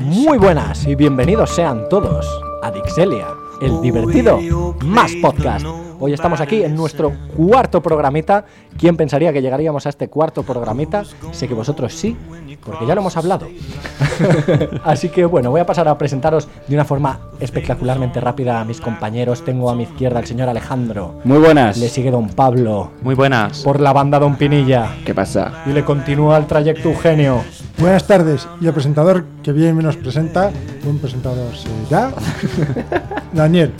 Muy buenas y bienvenidos sean todos a Dixelia, el divertido más podcast. Hoy estamos aquí en nuestro cuarto programita. ¿Quién pensaría que llegaríamos a este cuarto programita? Sé que vosotros sí, porque ya lo hemos hablado. Así que bueno, voy a pasar a presentaros de una forma espectacularmente rápida a mis compañeros. Tengo a mi izquierda al señor Alejandro. Muy buenas. Le sigue don Pablo. Muy buenas. Por la banda don Pinilla. ¿Qué pasa? Y le continúa el trayecto Eugenio. Buenas tardes. Y el presentador que bien menos presenta, buen presentador será Daniel.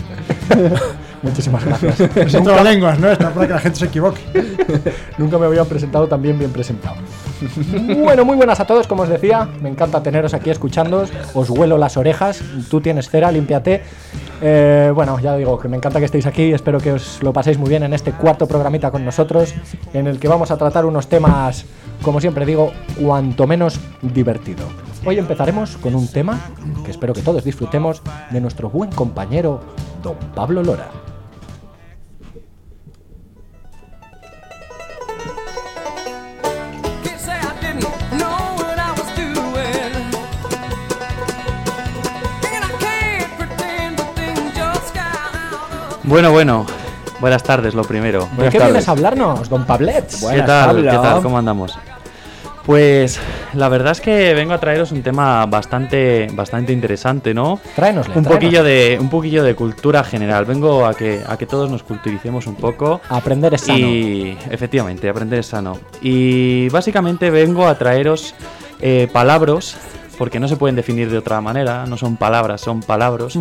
Muchísimas gracias. Es un lenguas, ¿no? Está para que la gente se equivoque. Nunca me había presentado tan bien, bien presentado. Bueno, muy buenas a todos, como os decía. Me encanta teneros aquí escuchándoos. Os huelo las orejas. Tú tienes cera, límpiate. Eh, bueno, ya digo que me encanta que estéis aquí. Espero que os lo paséis muy bien en este cuarto programita con nosotros, en el que vamos a tratar unos temas, como siempre digo, cuanto menos divertido. Hoy empezaremos con un tema que espero que todos disfrutemos de nuestro buen compañero, don Pablo Lora. Can't say I didn't know what I was doing. And I can't pretend that things just got out of Bueno, bueno. Buenas tardes, lo primero. ¿De Buenas qué vienes tardes. a hablarnos, don Pablet? ¿Qué tal? ¿Qué tal? ¿Cómo andamos? Pues la verdad es que vengo a traeros un tema bastante, bastante interesante, ¿no? Tráenosle. Un tráenosle. poquillo de, un poquillo de cultura general. Vengo a que, a que todos nos culturicemos un poco. Aprender es sano. Y efectivamente, aprender es sano. Y básicamente vengo a traeros eh, palabras, porque no se pueden definir de otra manera, no son palabras, son palabras,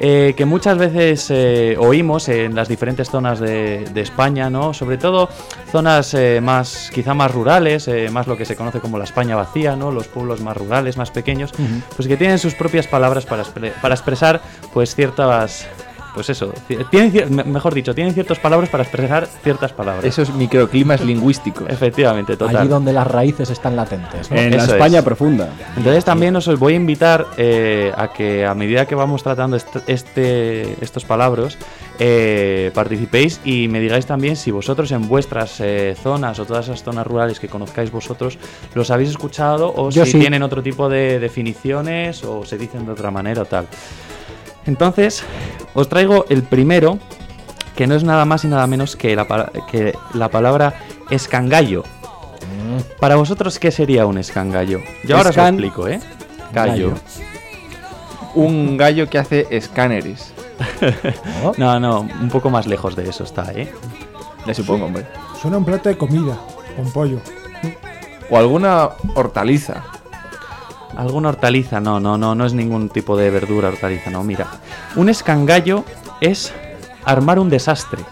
eh, que muchas veces eh, oímos en las diferentes zonas de, de España, ¿no? Sobre todo zonas eh, más, quizá más rurales, eh, más lo que se conoce como la España vacía, ¿no? Los pueblos más rurales, más pequeños, pues que tienen sus propias palabras para, expre- para expresar, pues ciertas... Pues eso, ci- tienen, cier- me- mejor dicho, tienen ciertas palabras para expresar ciertas palabras. Esos microclimas lingüísticos. Efectivamente, total. Eh, Allí donde las raíces están latentes. ¿no? En la Eso España es. profunda. Entonces también os voy a invitar eh, a que a medida que vamos tratando est- este, estos palabras, eh, participéis y me digáis también si vosotros en vuestras eh, zonas o todas esas zonas rurales que conozcáis vosotros, los habéis escuchado o Yo si sí. tienen otro tipo de definiciones o se dicen de otra manera o tal. Entonces, os traigo el primero, que no es nada más y nada menos que la, pa- que la palabra escangallo. Para vosotros, ¿qué sería un escangallo? Yo Escan- ahora os lo explico, ¿eh? Gallo. Gallo. Un gallo que hace escáneres. ¿no? No, no, un poco más lejos de eso está, ¿eh? Le supongo, hombre. Suena un plato de comida con pollo. O alguna hortaliza. ¿Alguna hortaliza? No, no, no, no es ningún tipo de verdura hortaliza, no, mira. Un escangallo es armar un desastre.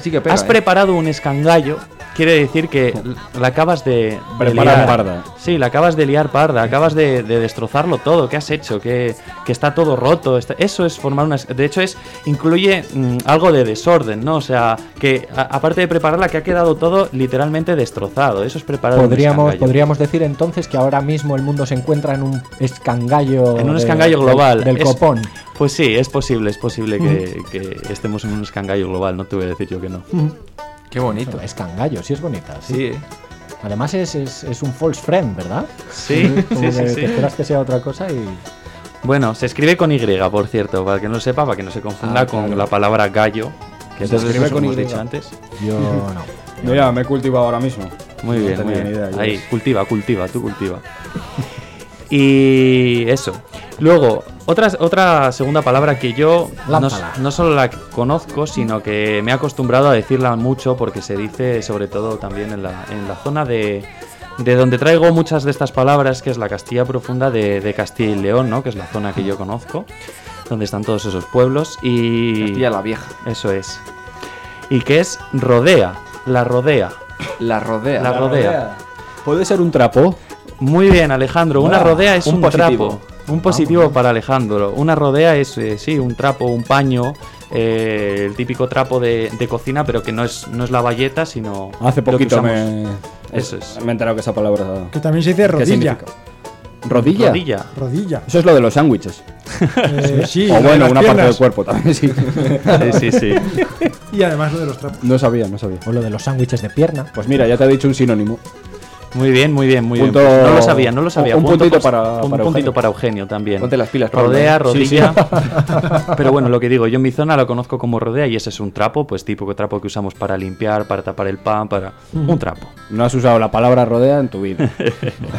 Sí que pega. Has ¿eh? preparado un escangallo, quiere decir que l- la acabas de. de Preparar liar. parda. Sí, la acabas de liar parda, acabas de, de destrozarlo todo, ¿qué has hecho? Que, que está todo roto. está- eso es formar una. es- De hecho, es incluye mm, algo de desorden, ¿no? O sea, que a- aparte de prepararla, que ha quedado todo literalmente destrozado. Eso es preparar un Podríamos, escangallo. podríamos decir entonces que ahora mismo el mundo se encuentra en un escangallo. En un de- escangallo del- global. Del, Es- copón. Pues sí, es posible, es posible Mm. que, que estemos en un escangallo global, no te voy a decir yo que no. Qué bonito. Escangallo, sí es bonita. Sí. Sí, ¿eh? Además es, es- es un false friend, ¿verdad? Sí, Como sí, que sí. te sí. esperas que sea otra cosa y. Bueno, se escribe con Y, por cierto, para que no lo sepa, para que no se confunda Ah, con claro. la palabra gallo, que es Se lo que escribe os con hemos Y. dicho antes. Yo no. Mira, me he cultivado ahora mismo. Muy No bien, tenía muy bien. ni idea yo Ahí, de eso. cultiva, cultiva, tú cultiva. Y eso. Luego, otra, otra segunda palabra que yo no, Lámpara. no solo la conozco, sino que me he acostumbrado a decirla mucho porque se dice sobre todo también en la, en la zona de, de donde traigo muchas de estas palabras, que es la Castilla Profunda de, de Castilla y León, ¿no? que es la zona que yo conozco, donde están todos esos pueblos. Y Castilla la vieja. eso es. Y que es rodea, la rodea. La rodea. La ro- Rodea. ¿Puede ser un trapo? Muy bien, Alejandro. Una Ah, rodea es un, un trapo. positivo. Ah, Un positivo para Alejandro. Una rodea es, eh, sí, un trapo, un paño. eh, el típico trapo de, de cocina, pero que no es, no es la bayeta, sino. Hace lo que poquito usamos. me... Eso es. me he enterado que esa palabra... Que también se dice ¿Qué rodilla. significa? ¿Rodilla? Rodilla. Rodilla. Eso es lo de los sándwiches. Eh, sí, o lo de bueno, las una parte del piernas. cuerpo también, sí. Sí, sí, sí. Y además lo de los trapos. No sabía, no sabía. O lo de los sándwiches de pierna. Pues, Pues mira, ya te he dicho un sinónimo. Muy bien, muy bien, muy Punto- bien. Pues no lo sabía, no lo sabía. un Punto puntito pues- para- un para puntito Eugenio. para Eugenio también. Ponte las pilas, Pablo. Rodea, Sí, sí. rodilla. Pero bueno, lo que digo, yo en mi zona lo conozco como rodea y ese es un trapo, pues típico trapo que usamos para limpiar, para tapar el pan, para un trapo. No has usado la palabra rodea en tu vida.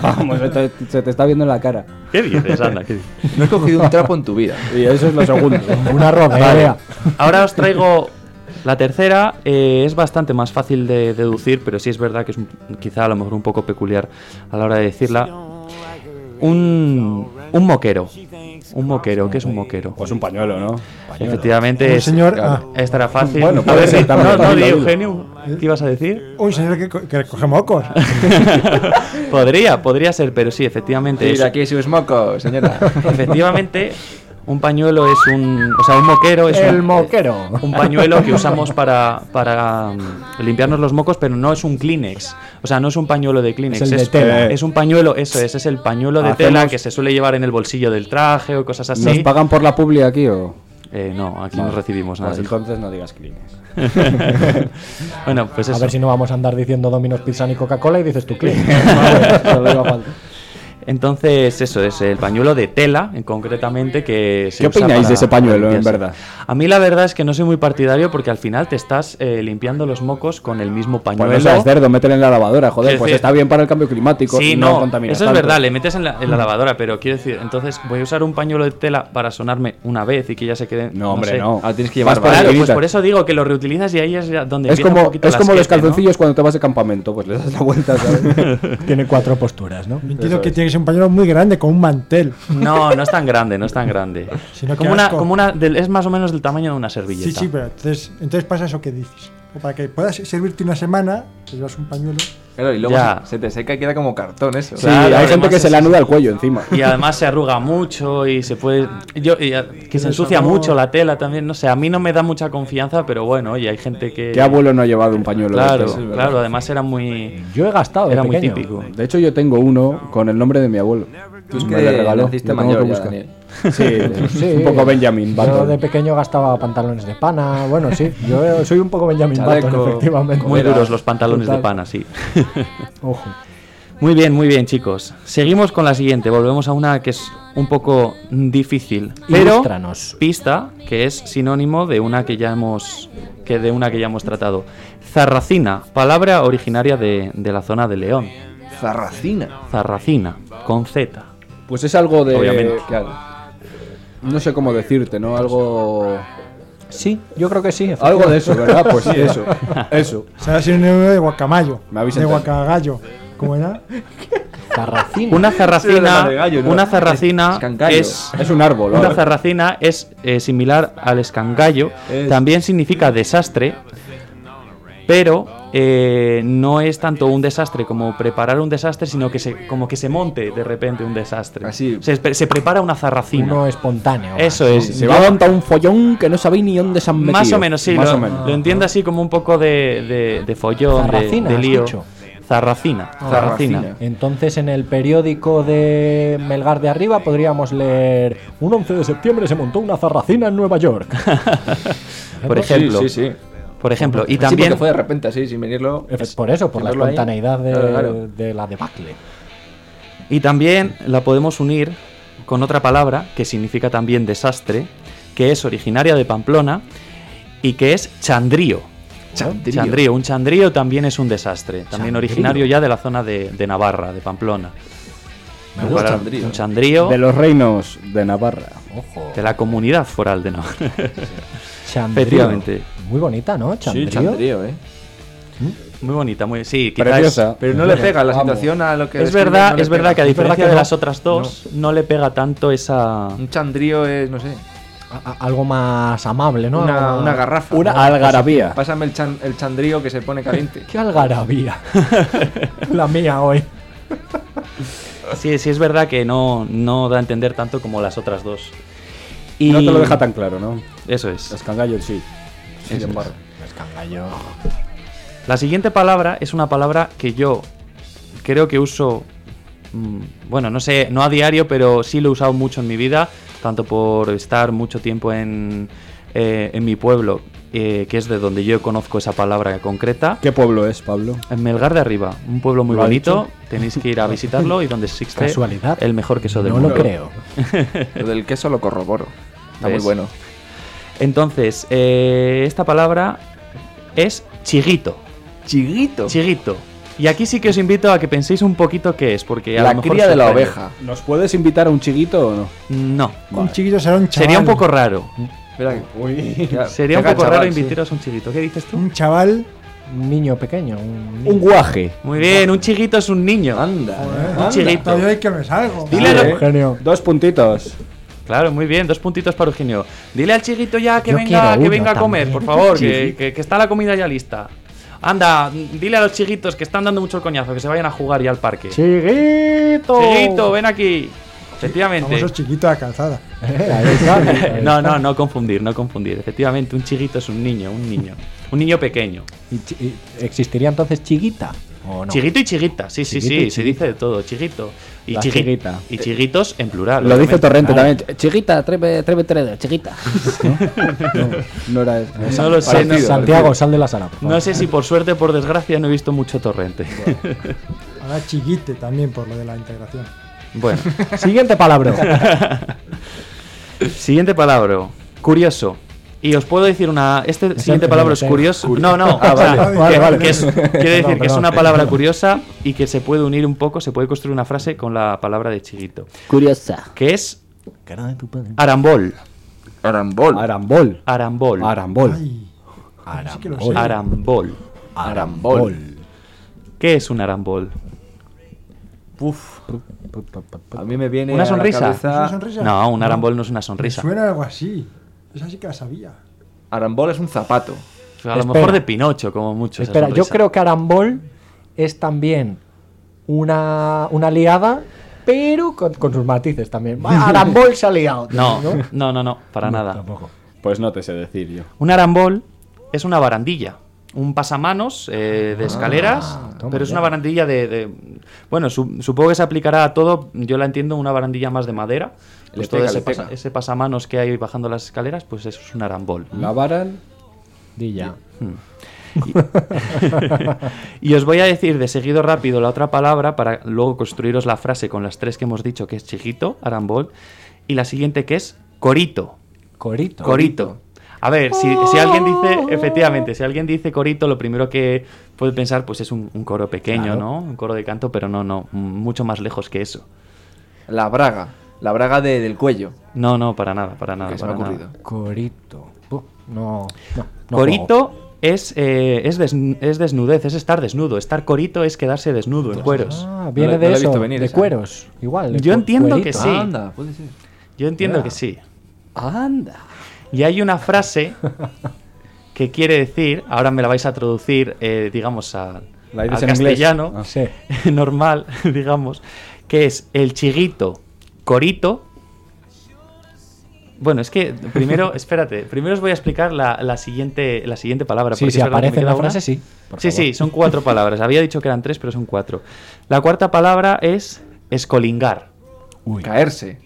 Vamos, se te, se te está viendo en la cara. ¿Qué dices? Anda, ¿qué dices? No has cogido un trapo en tu vida. Y eso es lo segundo. Una rodea. Ahora os traigo la tercera. eh, es bastante más fácil de deducir, pero sí es verdad que es un- quizá a lo mejor un poco peculiar a la hora de decirla. Un, un moquero. Un moquero, ¿qué es un moquero? Pues un pañuelo, ¿no? Efectivamente, Un es- señor, claro. ah, esta era fácil. Bueno, A puede ver, ser di- también, No, no, también di, lo digo. Eugenio, ¿qué ibas a decir? un señor que, co- que coge mocos. Podría, podría ser, pero sí, efectivamente. es- Mira aquí sus mocos, señora. efectivamente, un pañuelo es un. O sea, un moquero es El un. moquero. un pañuelo que usamos para, para mm, limpiarnos los mocos, pero no es un Kleenex. O sea, no es un pañuelo de Kleenex. Es el de tela. es un pañuelo, eso es, es el pañuelo de Hacemos- tela que se suele llevar en el bolsillo del traje o cosas así. ¿Nos pagan por la publi aquí o...? Eh, no, aquí no Vale. recibimos nada. Pues hijo. entonces no digas clines. bueno, pues A eso. ver si no vamos a andar diciendo Dominos Pizza y Coca-Cola y dices tú clic. Entonces, eso es el pañuelo de tela, en- concretamente, que se ¿Qué usa opináis para- de ese pañuelo, para en limpiarse? verdad? A mí la verdad es que no soy muy partidario porque al final te estás eh, limpiando los mocos con el mismo Pues pañuelo. no seas cerdo, métele en la lavadora, joder. Quiero Pues decir- está bien para el cambio climático Sí, y no, no, contamina eso es tanto. verdad, le metes en la, en la lavadora, pero quiero decir, entonces voy a usar un pañuelo de tela para sonarme una vez y que ya se quede... No, hombre, sé. no. Ah, tienes que llevar Vas por Claro, pues arribita. por eso digo que lo reutilizas y ahí es ya donde Es empieza un como, poquito es el como los asquete, ¿no? calzoncillos cuando te vas de campamento, pues le das la vuelta, ¿sabes? Tiene cuatro posturas, ¿no? Entiendo que tiene que ser un pañuelo muy grande con un mantel. ¿no? no, es tan grande, no es tan grande. Si no, qué como una, asco. como una del- es más o menos del tamaño de una servilleta. Sí, sí, pero entonces, entonces pasa eso que dices. O para que puedas servirte una semana, te llevas un pañuelo. Claro, y luego Ya. se te seca y queda como cartón eso. Sí, Claro, hay además gente que es- se le anuda el cuello encima. Y además se arruga mucho y se puede. Yo, y a- que se ensucia sabor. mucho la tela también. No sé, a mí no me da mucha confianza, pero bueno, oye, hay gente que. ¿Qué abuelo no ha llevado un pañuelo? de Claro, estos? claro, además era muy. Yo he gastado, de Era muy pequeño. típico. De hecho, yo tengo uno con el nombre de mi abuelo. Tú es Me que lo regaló, naciste lo tengo mayor que ya, buscar. Daniel. Sí, un poco Benjamin Yo Button. de pequeño gastaba pantalones de pana. Bueno, sí, yo soy un poco Benjamin Chaleco, Button, efectivamente. Muy Era- duros los pantalones de Total. pana, sí. Ojo. Muy bien, muy bien, chicos. Seguimos con la siguiente. Volvemos a una que es un poco difícil. Pero Ilústranos. pista, que es sinónimo de una que ya hemos. que de una que ya hemos tratado. Zarracina, palabra originaria de, de la zona de León. Zarracina. Zarracina, con Z. Pues es algo de. Obviamente. claro. No sé cómo decirte, ¿no? Algo. Sí, yo creo que sí. Algo de eso, ¿verdad? Pues sí, eso. Eso. O sea, si un de guacamayo. Me habéis de entendido. guacagallo. ¿Cómo era? Zarracina. Una Sí, la zarracina, de gallo, ¿no? una zarracina Escangallo. es Es un árbol, una ¿vale? zarracina es eh, similar al escangallo. Es- También significa desastre, pero eh, no es tanto un desastre como preparar un desastre, sino que se, como que se monte de repente un desastre. Así. Se, espe- se prepara una zarracina. Uno espontáneo. Eso es. Se va a montar un follón que no sabéis ni dónde se han metido. Más o menos, sí. Más lo, o menos. lo entiendo así como un poco de, de- de follón, de- Zarracina, de, has lío. dicho. Zarracina, zarracina. zarracina. Entonces en el periódico de Melgar de Arriba podríamos leer un 11 de septiembre se montó una zarracina en Nueva York. Por ejemplo. Sí, sí, sí. Por ejemplo. Y Sí, también. porque fue de repente así, sin venirlo. Es eh, pues, por eso, por la Ponerlo ahí. espontaneidad de, Claro, claro. de la debacle. Y también la podemos unir con otra palabra que significa también desastre, que es originaria de Pamplona y que es chandrío. Chandrío. Chandrío, un chandrío también es un desastre, también originario ya de la zona de, de Navarra, de Pamplona. Me gusta Para- chandrío. Un chandrío De los reinos de Navarra. Ojo. de la comunidad foral de Navarra. Chandrío. Efectivamente. Muy bonita, ¿no? Chandrío. Sí, chandrío, eh. Muy bonita, muy sí, quizás Preciosa. Pero no le pega la Vamos. situación a lo que. Es describe, verdad, no le es pega. verdad que a Es verdad diferencia que de no. las otras dos, no le pega tanto esa Un chandrío es, no sé. A- a- algo más amable, ¿no? Una, Algo- una garrafa. Una algarabía. Pásame el, chan- el chandrío que se pone caliente. ¡Qué algarabía! la mía hoy. Sí, sí es verdad que no, no da a entender tanto como las otras dos. Y No te lo deja tan claro, ¿no? Eso es. Los cangallos sí. Sin embargo. La siguiente palabra es una palabra que yo creo que uso, mm, bueno, no sé, no a diario, pero sí lo he usado mucho en mi vida, tanto por estar mucho tiempo en, eh, en mi pueblo eh, que es de donde yo conozco esa palabra concreta. ¿Qué pueblo es, Pablo? En Melgar de Arriba, un pueblo muy Lo ha bonito, tenéis que ir a visitarlo y donde existe Casualidad. el mejor queso del No mundo. lo creo. Lo del queso lo corroboro. Está muy ¿Ves? bueno. Entonces, eh, esta palabra es chiguito. Chiguito. Chiguito. Y aquí sí que os invito a que penséis un poquito qué es, porque a la lo mejor cría de la sorprende. oveja. ¿Nos puedes invitar a un chiguito o no? No. Un chiquillo será un chaval. Sería un poco raro. Mira que- Ya, Sería un pega poco chaval, raro sí. Mm. invitaros a un chiguito. ¿Qué dices tú? Un chaval. Un niño pequeño. Un niño. Un guaje. Muy bien, un chiguito es un niño. Anda. Un chiguito. Todavía hay que me salgo. Dile Vale, a lo- Eugenio. Dos puntitos. Claro, muy bien, dos puntitos para Eugenio. Dile al chiguito ya que Yo venga, quiero que uno venga a comer, también. por favor, que, que- que está la comida ya lista. Anda, dile a los chiguitos que están dando mucho el coñazo, que se vayan a jugar ya al parque. ¡Chiguito! Chiguito, ven aquí. Efectivamente. Famoso chiquito de la calzada. Eh, ahí está, ahí No, está. no, no confundir, no confundir. Efectivamente, un chiguito es un niño, un niño. Un niño pequeño. ¿Y chi- y ¿Existiría entonces chiguita? ¿O no? Chiguito y chiguita, sí, sí, Chiguito sí, y se dice de todo, chiguito. Y, La chigui- chiguita. y chiguitos en plural. Lo dice obviamente. Torrente también. Chiguita, tráeme, tráeme, tráeme, chiquita. No, no era eso. No lo sé, no, Parecido. Santiago, sal de la sala. por favor. no sé si por suerte o por desgracia no he visto mucho Torrente. Ahora chiquite también por lo de la integración. Bueno, Siguiente palabra. siguiente palabra, curioso. Y os puedo decir una. Este siguiente no palabra lo es sé. curioso. No, no, Ah, o vale, sea, que- vale, vale. que es- quiere decir Perdón, que es perdón. una palabra curiosa y que se puede unir un poco, se puede construir una frase con la palabra de chiguito. Curiosa. que es Arambol. Arambol. Arambol. Arambol. Arambol. Ay, sí que lo sé. Arambol. Arambol. ¿Qué es un arambol? A mí me viene ¿Una a la sonrisa? cabeza- ¿Es una sonrisa? No, un arambol no es una Me sonrisa. suena algo así. Esa sí que la sabía. Arambol es un zapato. A lo Espera. mejor de Pinocho, como mucho. esa Espera, yo sonrisa. creo que Arambol es también una, una liada, pero con, con sus matices también. Va, Arambol se ha liado. tío, No, no, no, no, para nada. Tampoco. Pues no te sé decir yo. Un arambol es una barandilla. Un pasamanos eh, de escaleras, Ah, toma pero es ya. una barandilla de. de- bueno, su- supongo que se aplicará a todo. Yo la entiendo, una barandilla más de madera. Pues Le todo pega, ese, le pega. pasa- ese pasamanos que hay bajando las escaleras, pues eso es un arambol. La varan. Di ya. Y os voy a decir de seguido rápido la otra palabra para luego construiros la frase con las tres que hemos dicho, que es chiquito, arambol, y la siguiente que es corito. Corito. Corito. A ver, si, si alguien dice, efectivamente, si alguien dice corito, lo primero que puede pensar pues es un, un coro pequeño, Claro. ¿no? Un coro de canto, pero no, no, mucho más lejos que eso. La braga. La braga de- del cuello. No, no, para nada, para nada. que se me ha Ah, para nada. ocurrido. Corito. Buh, no, no, no Corito es, eh, es, desn- es desnudez, es estar desnudo. Estar corito es quedarse desnudo, en cueros. juego. Ah, No viene la- de no la he eso, visto venir de esa. cueros. Igual. de Yo cu- entiendo que cuerito. Sí. Anda, puede ser. Yo entiendo que sí. Anda. Y hay una frase que quiere decir, ahora me la vais a traducir, eh, digamos, a- La al dices en inglés. castellano Ah, sí. normal, digamos, que es el chiguito corito. Bueno, es que primero, espérate, primero os voy a explicar la, la siguiente, la siguiente palabra. Sí, porque si es verdad que me aparece en queda la una. frase, sí, por Sí, favor. sí, son cuatro palabras. Había dicho que eran tres, pero son cuatro. La cuarta palabra es escolingar. Uy. Caerse.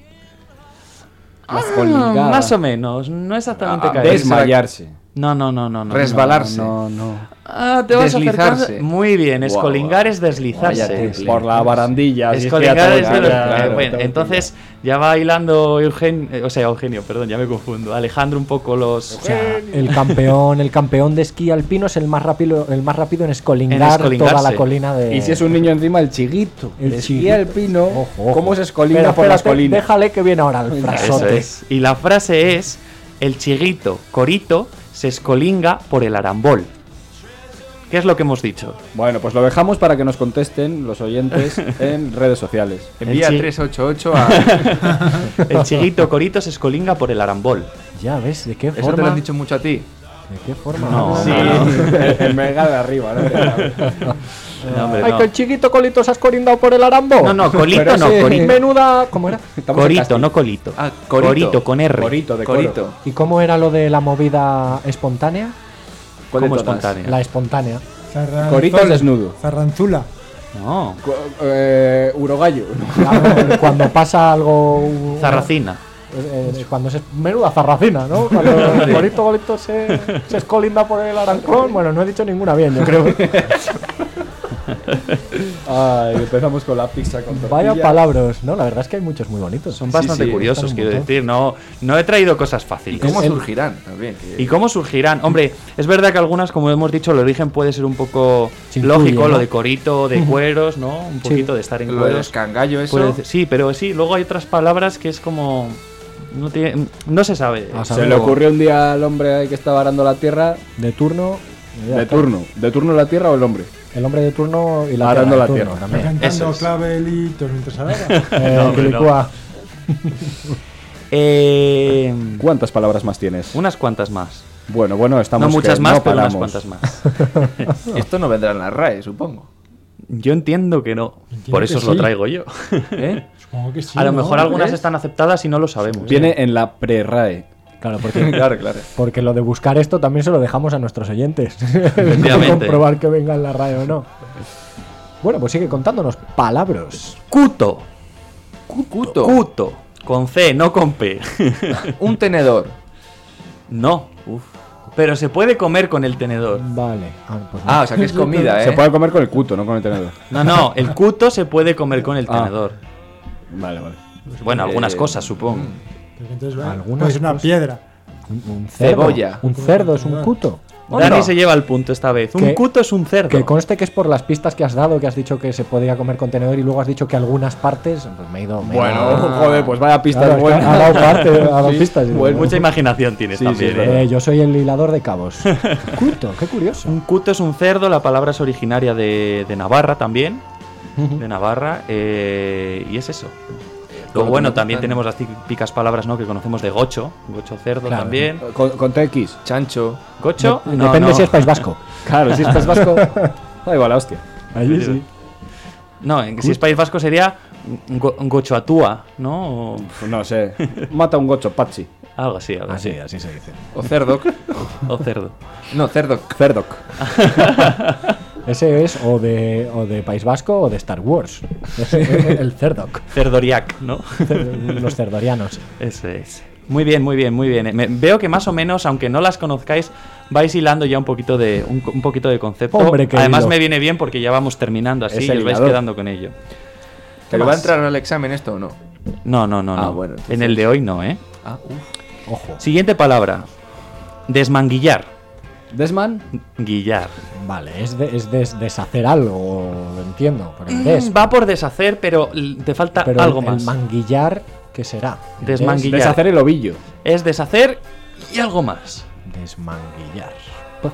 Las Ah, colingadas. más o menos, no exactamente Ah, caer. ¿ves? Desmayarse. No, no, no, no. no. Resbalarse. No, no. Ah, te vas Deslizarse. acercando. Muy bien, Guau, escolingar guau. es deslizarse. Vaya Por la barandilla. si es que ya Escolingar todo es de cambia, los- claro, eh, bueno, todo entonces ya va hilando Eugenio, o sea, Eugenio, perdón, ya me confundo. Alejandro un poco los O sea, el campeón, el campeón de esquí alpino es el más rápido, el más rápido en escolingar En escolingarse. toda la colina de. cambia. Y si es un niño encima, el chiguito. El Eh. El esquí chiguito. alpino. Ojo, ojo. ¿Cómo se escolina Espera, por las espérate, colinas? Déjale que viene ahora el Eso frasote. es. Y la frase es el chiguito corito se escolinga por el arambol. ¿Qué es lo que hemos dicho? Bueno, pues lo dejamos para que nos contesten los oyentes en redes sociales. Envía chi- 388 a... El chiguito corito se escolinga por el arambol. Ya ves, ¿de qué Eso te forma? lo han dicho mucho a ti. ¿De qué forma? No. hablas? Sí. el mega de arriba, ¿no? No, hombre, Ay, no. que el chiquito colito se has corindado por el arambo. No, no, colito Pero no, ese- corito. Menuda. ¿Cómo era? Estamos en corito, Castilla. no colito. Ah, corito. con R. Corito de Corito. coro. ¿Y cómo era lo de la movida espontánea? ¿Cuál de Como todas? espontánea. La espontánea. Zarranzula. Corito al desnudo. Zarranzula. No. Co- eh, urogallo. Claro, Cuando pasa algo. Zarracina. eh, eh, cuando se. Menuda zarracina, ¿no? Cuando el golito, golito se, se escolinda por el arancón. Bueno, no he dicho ninguna bien, yo creo. Ay, empezamos con la pizza con Vaya tortilla. palabras, ¿no? La verdad es que hay muchos muy bonitos. Son bastante sí, curiosos, gustan un quiero montón. decir. No, no he traído cosas ¿Y fáciles. cómo el- surgirán también? que- ¿Y cómo surgirán? Hombre, es verdad que algunas, como hemos dicho, el origen puede ser un poco Se incluye, lógico, ¿no? lo de corito, de cueros, ¿no? Un poquito de estar en Lo del cueros. escangallo eso. Puede decir- sí, pero sí, luego hay otras palabras que es como... No, tiene- no se sabe. A Se saber, le ocurrió un día al hombre ahí que estaba arando la tierra. de turno. ya De está. turno. ¿De turno la tierra o el hombre? El hombre de turno y la Arando de la turno tierra. también. Cantando eso es. clavelitos mientras araba. Eh, No, hombre, no. Quilicua. Eh, ¿Cuántas palabras más tienes? unas cuantas más. Bueno, bueno, estamos. No muchas que más, no pero unas paramos. cuantas más. Esto no vendrá en la RAE, supongo. Yo entiendo que no. Por que eso os lo sí. traigo yo. ¿Eh? Supongo que sí. A lo ¿no? mejor algunas ¿Crees? están aceptadas y no lo sabemos. Viene en la pre-RAE. Claro, porque, claro, claro. porque lo de buscar esto también se lo dejamos a nuestros oyentes. Efectivamente. comprobar que venga en la radio o no. Bueno, pues sigue contándonos palabras. Cuto. Cucuto. Cuto. Con C, no con P. Un tenedor. no. Pero se puede comer con el tenedor. Vale. Ah, pues no. Ah, o sea que es comida, ¿eh? Se puede comer con el cuto, no con el tenedor. No, no, el cuto se puede comer con el Ah. tenedor. Vale, vale. Pues Bueno, algunas Eh, cosas, supongo. Mm. Porque entonces, bueno, Algunas puede ser Pues una cosas. piedra. Un, un cerdo. Cebolla. Un cerdo es un cuto. Dani se lleva el punto esta vez. Un Que- cuto es un cerdo. Que conste que es por las pistas que has dado, que has dicho que se podía comer contenedor y luego has dicho que algunas partes. Pues me he ido. me he Bueno, ido. joder, pues vaya pista Claro, es que ha buena. dado parte, ha dado pistas. y Pues digo, mucha imaginación tienes Sí, sí, también. es ¿eh? eh, yo soy el hilador de cabos. Cuto, qué curioso. Un cuto es un cerdo, la palabra es originaria de, de Navarra también. De Navarra, eh, y es eso. Luego, Bueno, bueno, también también están- tenemos las típicas palabras ¿no? que conocemos de gocho. Gocho cerdo Claro. también. Con, con TX. Chancho. Gocho. Dep- no, Depende no. si es País Vasco. Claro, si estás vasco. Da igual, la hostia. Allí sí. No, en- si es País Vasco sería go- gochoatúa, ¿no? O Pues no sé. Mata un gocho, Pachi. algo así, algo así. así se dice. O cerdoc. O cerdo. No, cerdoc. Cerdoc. Ese es o de, o de País Vasco o de Star Wars. el Cerdoc. Cerdoriac, ¿no? Los cerdorianos. Ese es. Muy bien, muy bien, muy bien. Me- veo que más o menos, aunque no las conozcáis, vais hilando ya un poquito de, un, un poquito de concepto. Hombre, qué Además hilo. me viene bien porque ya vamos terminando así Es y el os vais hilador. quedando con ello. ¿Pero va a entrar al examen esto o no? No, no, no, Ah, no. bueno, entonces- En el de hoy no, ¿eh? Ah, uff. Ojo. Siguiente palabra. Desmanguillar. Desman. Guillar. Vale, es, de- es des- deshacer algo, lo entiendo. Pero el des. Mm, Va por deshacer, pero l- te falta Pero algo el, el más. manguillar, ¿qué será? El des- Desmanguillar. Deshacer el ovillo. es deshacer y algo más. desmanguillar. Pues,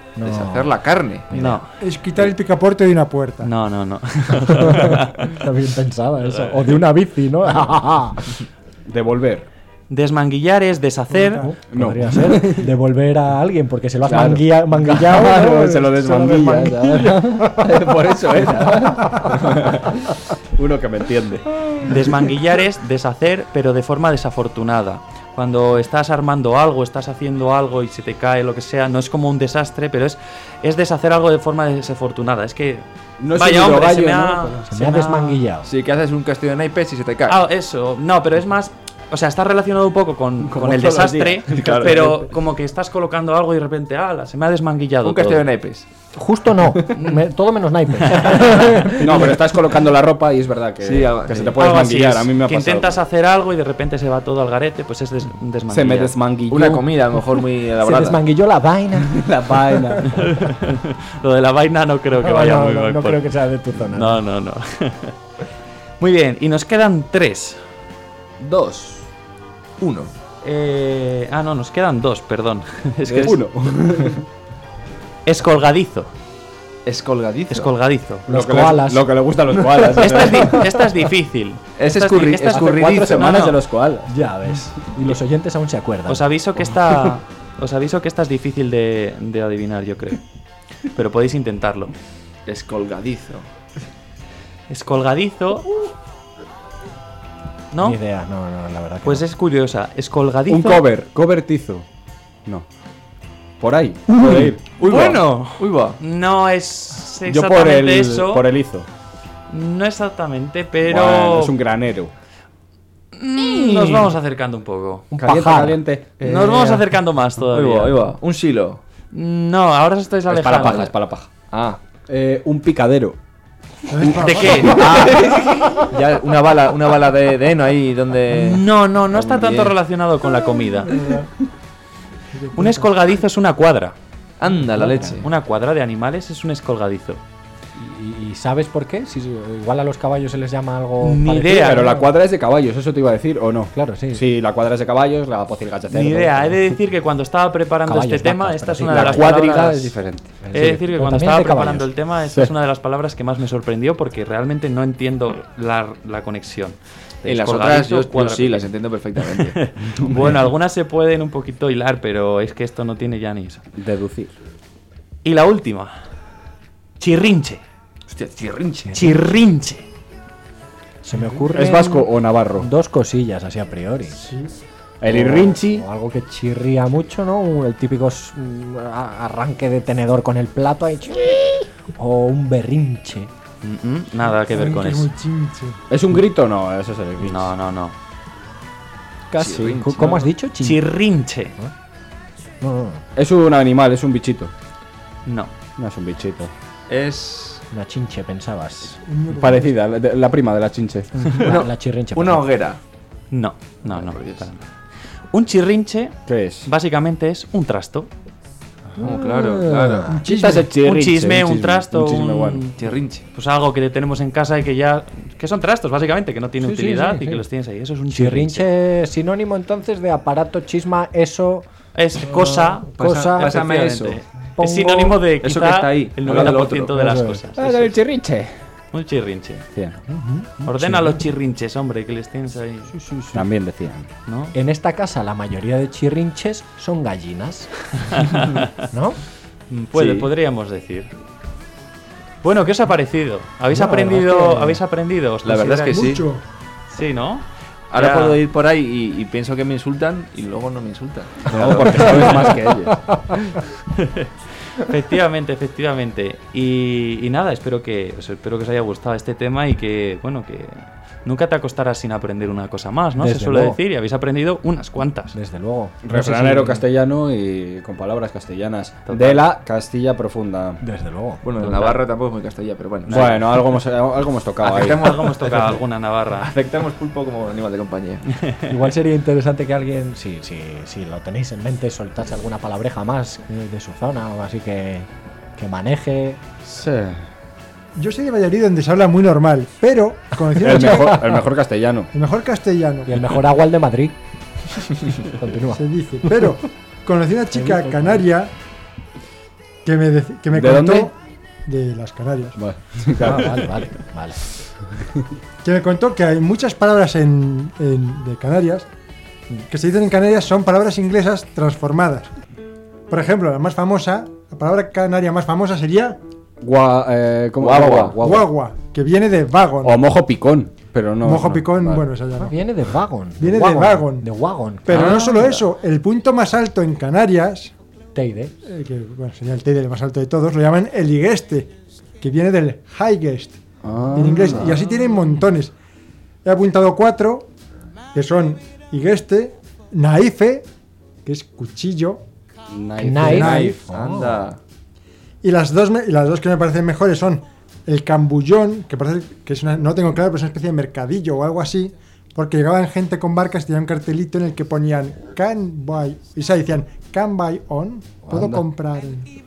Deshacer la carne. No, Es quitar el picaporte de una puerta. no, no, no. Está bien pensada eso. O de una bici, ¿no? Devolver. Desmanguillar es deshacer. No. No. Podría ser devolver a alguien porque se lo has Claro. manguilla- manguillado. Claro, ¿no? se lo desmanguilla. ¿sabes? Por eso era. Uno que me entiende. Desmanguillar es deshacer, pero de forma desafortunada. Cuando estás armando algo, estás haciendo algo y se te cae lo que sea, no es como un desastre, pero es, es deshacer algo de forma desafortunada. Es que. No es vaya un hombre, se hidrogallo, me ha. ¿no? Pero Se me ha desmanguillado. Sí, que haces un castillo de naipes y se te cae. Ah, eso. No, pero es más. O sea, está relacionado un poco con, Como con el todos los desastre, días. Claro. pero como que estás colocando algo y de repente, ala, se me ha desmanguillado. un castillo de todo". naipes. Justo no. Me- todo menos naipes. No, pero estás colocando la ropa y es verdad que, Sí, algo que se así. te puede Algo así desmanguillar. es, A mí me ha que pasado. intentas hacer algo y de repente se va todo al garete, pues es des desmanguillar. se me desmanguilló. Una comida, a lo mejor muy se elaborada. desmanguilló la vaina. La vaina. Lo de la vaina no creo que No, vaya no, muy no, bien no por- creo que sea de tu zona. No, no, no. Muy bien, y nos quedan tres. Dos. Uno. Eh, ah, no, nos quedan dos, perdón. Es que es, uno. es colgadizo. Es colgadizo. Es colgadizo. Los lo, que le, koalas. lo que le gustan los koalas. Este Esta es, di- esta es difícil. Es Esta di- escurri- esta Hace escurridizo. cuatro semanas No, no. de los koalas. Ya ves. Y los oyentes aún se acuerdan. Os aviso que esta. Os aviso que esta es difícil de, de adivinar, yo creo. Pero podéis intentarlo. Es colgadizo. Es colgadizo. ¿No? Ni idea, no, no, la verdad. que Pues no. es curiosa. Es colgadizo. Un cover. Covertizo. No. Por ahí. Puede ir. Uy, va. bueno. Uy, va. No es Yo por exactamente el, eso. por el hizo. No exactamente, pero. Bueno, es un granero. Nos vamos acercando un poco. Un Caliente, pajar. caliente. Eh, Nos vamos acercando más Ahí va, ahí todavía. va. Un silo. No, ahora os estáis Es para alejando. paja, es para paja. Ah. eh, un picadero. ¿De qué? Ah, Ya una bala, una bala de, de heno ahí donde. No, no, no está tanto También. relacionado con la comida. Un escolgadizo es una cuadra. Anda la leche. Una cuadra de animales es un escolgadizo. ¿Y, y sabes por qué? Si, si, igual a los caballos se les llama algo. Ni parecido. idea. Pero la cuadra es de caballos, eso te iba a decir, ¿o no? Claro, sí. Sí, la cuadra es de caballos, la pocilga es de cerdo. Ni idea. He de decir que cuando estaba preparando Caballos, este tema, vacas, esta pero es sí, una de La las cuadriga palabras- es diferente. He de decir que pero cuando también estaba de caballos. preparando el tema, esta es una de las palabras que más me sorprendió porque realmente no entiendo la, la conexión. En las Escolgadizo, otras yo, yo cuadra- sí las entiendo perfectamente. Bueno, algunas se pueden un poquito hilar, pero es que esto no tiene ya ni eso. Deducir. Y la última. Chirrinche. Hostia, chirrinche. Chirrinche. Se me ocurre. ¿Es vasco o navarro? Dos cosillas así a priori. El O- irrinchi. O algo que chirría mucho, ¿no? Un- El típico s- mm, a- arranque de tenedor con el plato ahí. chi- O un berrinche. Mm, mm, nada que ver con Que es eso. muy chinche. ¿Es un grito? No, eso es el irrinchi. No, no, no. Casi. ¿Cómo- ¿Cómo has dicho? Chi- Chirrinche. No, no, no. Es un animal, es un bichito. No. No es un bichito. Es Una chinche, pensabas. Parecida, la, de- la prima de la chinche. La, la chirrinche. una perdón. hoguera. No, no, no. por Dios. para nada. Un chirrinche ¿Qué es? básicamente es un trasto. Ah, claro, claro. Quizás el chirrinche, un chisme, un trasto, Un chisme, un- bueno. Chirrinche. Pues algo que tenemos en casa y que ya. que son trastos, básicamente, que no tienen Sí, sí, utilidad sí, y que sí. los tienes ahí. Eso es un chirrinche. Chirrinche es sinónimo entonces de aparato, chisma, eso. Es cosa. Pasa- cosa, pásame eso. efectivamente. Pongo Es sinónimo de quizá eso que está ahí, el al lado del 90% de otro. las Eso es. cosas. Ah, el chirrinche. Un chirrinche. Decían. Ordena los chirrinches, hombre, que les tienes ahí. También decían. ¿No? En esta casa la mayoría de chirrinches son gallinas. ¿No? Puede- Sí. Podríamos decir. Bueno, ¿qué os ha parecido? ¿Habéis No, la verdad aprendido? que- ¿Habéis aprendido? ¿Os La verdad es que consideráis- sí. Mucho. Sí, ¿no? Ahora Ya. puedo ir por ahí y, y pienso que me insultan y luego no me insultan. No, porque sabes más que ellos. Efectivamente, efectivamente. Y, y nada, espero que os, espero que os haya gustado este tema y que, bueno, que nunca te acostarás sin aprender una cosa más, ¿no? Desde Se suele luego. decir y habéis aprendido unas cuantas. Desde luego. No sé si- Refranero castellano y con palabras castellanas. Total. De la Castilla profunda. Desde luego. Bueno, en Navarra tampoco es muy castellana, pero bueno. Bueno, algo hemos, algo hemos tocado ahí. Aceptamos, Algo hemos tocado alguna navarra. aceptamos pulpo como animal de compañía. Igual sería interesante que alguien, si, si, si lo tenéis en mente, soltase alguna palabreja más eh, de su zona o así que, que maneje. Sí. Yo soy de Valladolid donde se habla muy normal, pero conocí a una El chica- mejor, el mejor castellano. el mejor castellano Y el mejor agua el de Madrid. Continúa. se dice, pero conocí a una chica canaria que me, dec- que me ¿De contó dónde? de las Canarias. Bueno, Ah, claro. vale, vale, vale. que me contó que hay muchas palabras en, en- de Canarias que se dicen en Canarias son palabras inglesas transformadas. Por ejemplo, la más famosa, la palabra canaria más famosa sería Gua- eh, ¿cómo? Guagua. guagua, que viene de vagon. O mojo picón, pero Oh, no. Mojo no, picón, vale. bueno, esa ya no. Viene de wagon. Viene de wagon, wagon. De wagon. Pero Ah, no solo mira. eso, el punto más alto en Canarias, Teide. eh, que bueno, sería el Teide el más alto de todos, lo llaman el higueste, que viene del highest Ah. en inglés. Y así tienen montones. He apuntado cuatro, que son higueste, naife, que es cuchillo, Knife. Knife. Oh. Knife. Ah, Anda. Y las dos, me- y las dos que me parecen mejores son el cambullón, que parece que es una, no tengo claro, pero es una especie de mercadillo o algo así, porque llegaban gente con barcas y tenían un cartelito en el que ponían can buy, y se decían can buy on, puedo Anda. comprar en- aquí,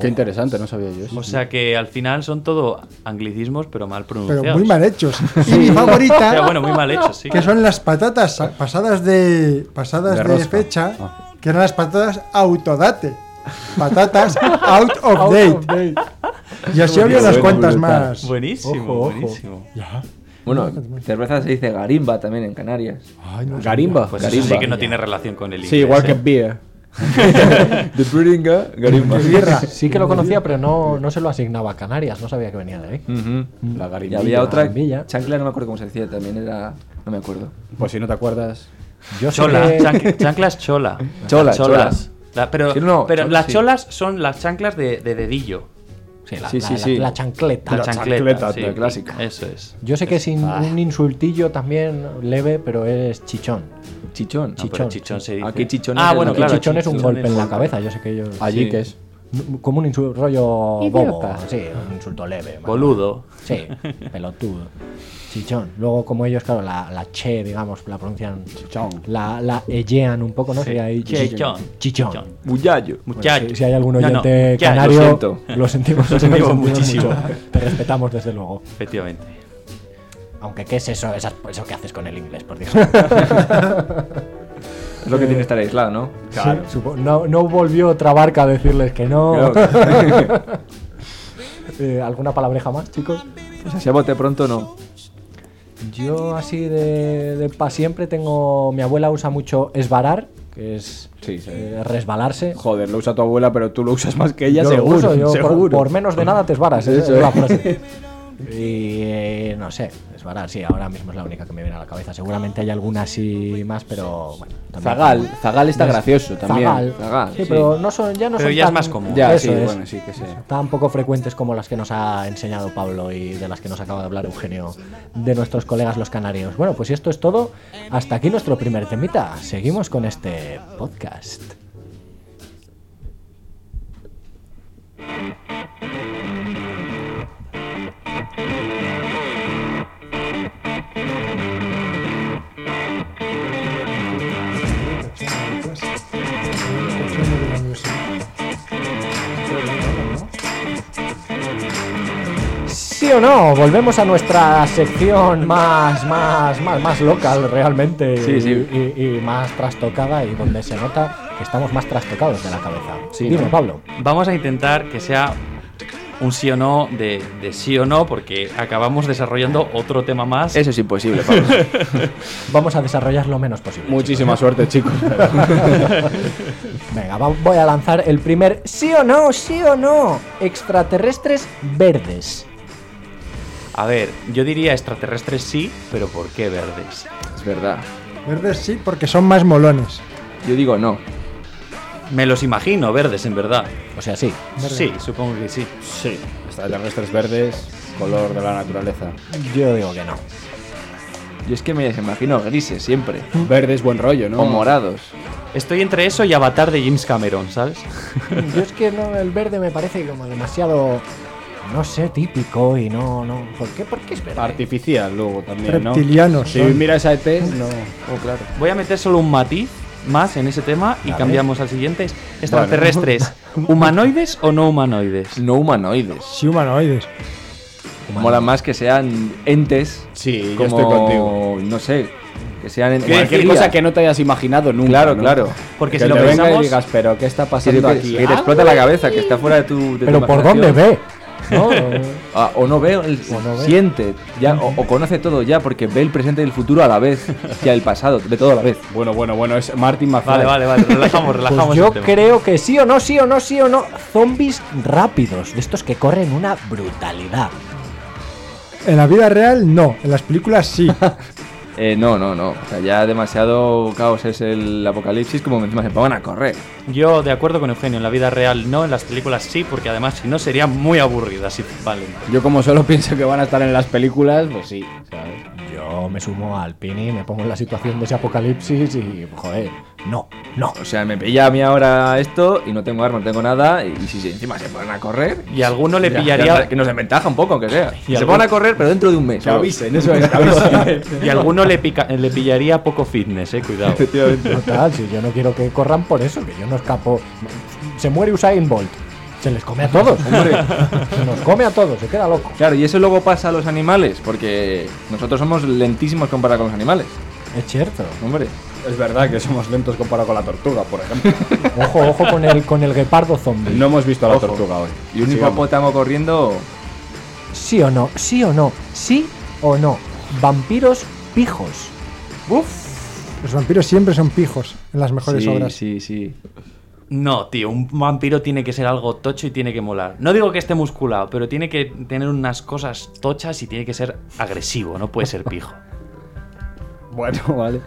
Qué interesante, no sabía yo eso. O sea que al final son todo anglicismos, pero mal pronunciados. pero muy mal hechos. Y mi favorita, O sea, bueno, muy mal hechos, sí. que son las patatas a- pasadas de De pasadas de, rosca. fecha, Ah. que eran las patatas autodate, patatas out of date. Y así había unas Bueno, cuantas brutal. más. Buenísimo, Ojo, ojo. buenísimo. Ya. Bueno, cerveza se dice garimba también en Canarias. Ay, no sé. Garimba. Pues eso garimba. sí que no tiene relación con el inglés. Sí, igual que ¿eh? beer. The Bringa, garimba. Sí que lo conocía, pero no, no se lo asignaba a Canarias. No sabía que venía de ahí. Mm. La Y garimbilla. había otra Garimbilla. chancla, no me acuerdo cómo se decía, también era. No me acuerdo. Pues si no te acuerdas. Yo sé Chola, que- chanc- chanclas chola. Chola, Las cholas. La- pero Sí, no, pero chola, las sí. cholas son las chanclas de, de dedillo. O Sí, la, Sí, la- sí, la- sí. la chancleta. La La chancleta, chancleta, la clásica. Eso es. Yo sé que es in- Ah. un insultillo también leve, pero es chichón. Chichón. Chi- No, pero chichón Ah, se dice. Aquí chichón ah, es el- bueno, aquí claro, chichón es un golpe en la es- cabeza, yo sé que ellos... Allí Sí. que es. Como un insulto, rollo bobo. Idiota. Sí, un insulto leve. más Boludo. Sí, pelotudo. Chichón. Luego, como ellos, claro, la, la che, digamos, la pronuncian. Chichón. La, la ellean un poco, ¿no? Sería ahí Chichón. Chichón. Eh, Chichón. Buyayo. Muchacho. Si, si hay algún No, no, oyente ya, lo canario, siento. lo sentimos, Lo sentimos muchísimo. mucho. Te respetamos, desde luego. Efectivamente. Aunque, ¿qué es eso, esas- eso que haces con el inglés, por Dios? Es lo que tiene estar aislado, ¿no? Sí, supo- no, no volvió otra barca a decirles que no. Claro. Eh, ¿Alguna palabreja más, chicos? Pues así a bote pronto no. Yo así de, de pa' siempre tengo... Mi abuela usa mucho esbarar, que es Sí, sí. eh, resbalarse. Joder, lo usa tu abuela, pero tú lo usas más que ella, Yo lo seguro. uso, yo por- Por, seguro. menos de nada te esbaras, esa Eso es la es. frase. Y eh, no sé, esbarar, sí, ahora mismo es la única que me viene a la cabeza. Seguramente hay alguna así más, pero bueno. también- Zagal, Zagal está gracioso también. Zagal. Zagal, sí, sí. pero no son, ya no Pero son ya es tan- más común. Ya, Eso sí, es. bueno, sí, que sé. Tan poco frecuentes como las que nos ha enseñado Pablo y de las que nos acaba de hablar Eugenio de nuestros colegas los canarios. Bueno, pues esto es todo. Hasta aquí nuestro primer temita. Seguimos con este podcast. ¿Sí o no? Volvemos a nuestra sección más, más, más, más local realmente Sí, sí. Y, y- y más trastocada y donde se nota que estamos más trastocados de la cabeza. Sí, Dime, ¿no? Pablo. Vamos a intentar que sea un sí o no de, de sí o no, porque acabamos desarrollando otro tema más. Eso es imposible, Pablo. Vamos a desarrollar lo menos posible. Muchísima suerte, chicos. chicos. Venga, va- voy a lanzar el primer sí o no, sí o no. Extraterrestres verdes. A ver, yo diría extraterrestres sí, pero ¿por qué verdes? es verdad. Verdes sí, porque son más molones. Yo digo no. Me los imagino verdes, en verdad. O sea, sí. Sí, supongo que sí. Sí. Extraterrestres verdes, color de la naturaleza. Yo digo que no. Yo es que me imagino grises siempre. Verdes, buen rollo, ¿no? O morados. Estoy entre eso y Avatar de James Cameron, ¿sabes? Yo es que no, el verde me parece como demasiado. No sé, típico y no, no. ¿Por qué? ¿Por qué es verde? Artificial luego también, ¿no? Reptilianos. Si son. miras a ET, no. Voy a meter solo un matiz más en ese tema y cambiamos al siguiente. Extraterrestres, ¿humanoides o no humanoides? No humanoides. Sí, humanoides. Mola más que sean entes. Sí, como, No sé. Que sean entes. Cualquier cosa que no te hayas imaginado nunca. Claro, ¿no? claro. Porque Que si lo te venga pensamos- y digas, pero ¿qué está Que te, pasando aquí? Ah". que te explota la cabeza, que está fuera de tu. de tu Pero ¿por imaginación. dónde ve? ¿No? Eh, Ah, o no veo, el, O no ve. siente, ya, o, o conoce todo ya, porque ve el presente y el futuro a la vez, y el pasado, ve todo a la vez. Bueno, bueno, bueno, es Martin McFly. Vale, vale, vale, relajamos, relajamos. Pues el yo tema. creo que sí o no, sí o no, sí o no. Zombies rápidos, de estos que corren una brutalidad. En la vida real, no. En las películas, sí. Eh, no, no, no, o sea, ya demasiado caos es el apocalipsis, como encima se pongan a correr. Yo, de acuerdo con Eugenio, en la vida real no, en las películas sí, porque además si no sería muy aburrida, si valen. Yo como solo pienso que van a estar en las películas, pues sí, ¿sabes? Yo me sumo al Pini, me pongo en la situación de ese apocalipsis y, joder, no, no. O sea, me pilla a mí ahora esto, y no tengo arma, no tengo nada, y, y si se- encima se ponen a correr... Y alguno le ya- pillaría- ya- que nos desventaja un poco, aunque sea. Y se algún- pongan a correr, pero dentro de un mes. Que ¿sabes? avisen, eso es, que avisen. Y alguno le, pica- le pillaría poco fitness, eh, cuidado. Total, si yo no quiero que corran por eso, que yo no escapo. Se muere Usain Bolt. Se les come a todos, hombre. Se nos come a todos, se queda loco. Claro, y eso luego pasa a los animales, porque nosotros somos lentísimos comparado con los animales, Es cierto. hombre. Es verdad que somos lentos comparado con la tortuga, por ejemplo. Ojo, ojo con el, con el guepardo zombie. No hemos visto a la Ojo. tortuga hoy. Y un Sigamos. hipopótamo corriendo... Sí o no, sí o no, sí o no. Vampiros pijos. Los vampiros siempre son pijos en las mejores sí, obras. Sí, sí. No, tío, un vampiro tiene que ser algo tocho y tiene que molar. No digo que esté musculado, pero tiene que tener unas cosas tochas y tiene que ser agresivo, no puede ser pijo. Bueno, vale.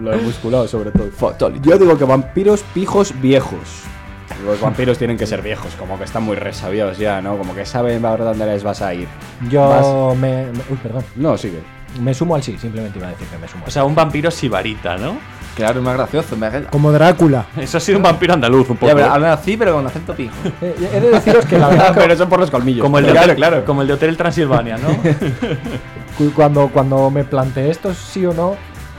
Lo he musculado sobre todo. Yo digo que vampiros pijos viejos. Los vampiros tienen que ser viejos, como que están muy resabiados ya, ¿no? Como que saben ahora dónde les vas a ir. Yo me, me- Uy, perdón. No, sigue. Me sumo al sí, simplemente iba a decir que me sumo. O sea, un vampiro sibarita, ¿no? Claro, es más gracioso. Me... hace- Como Drácula. Eso ha sido un vampiro andaluz un poco. Ya, pero hablan así, pero con acento pijo. Eh, eh, he de deciros que la verdad Pero eso por los colmillos. como, el de Claro, Hotel, como el de Hotel Transilvania, ¿no? cu- cuando, cuando me planteé esto sí o no,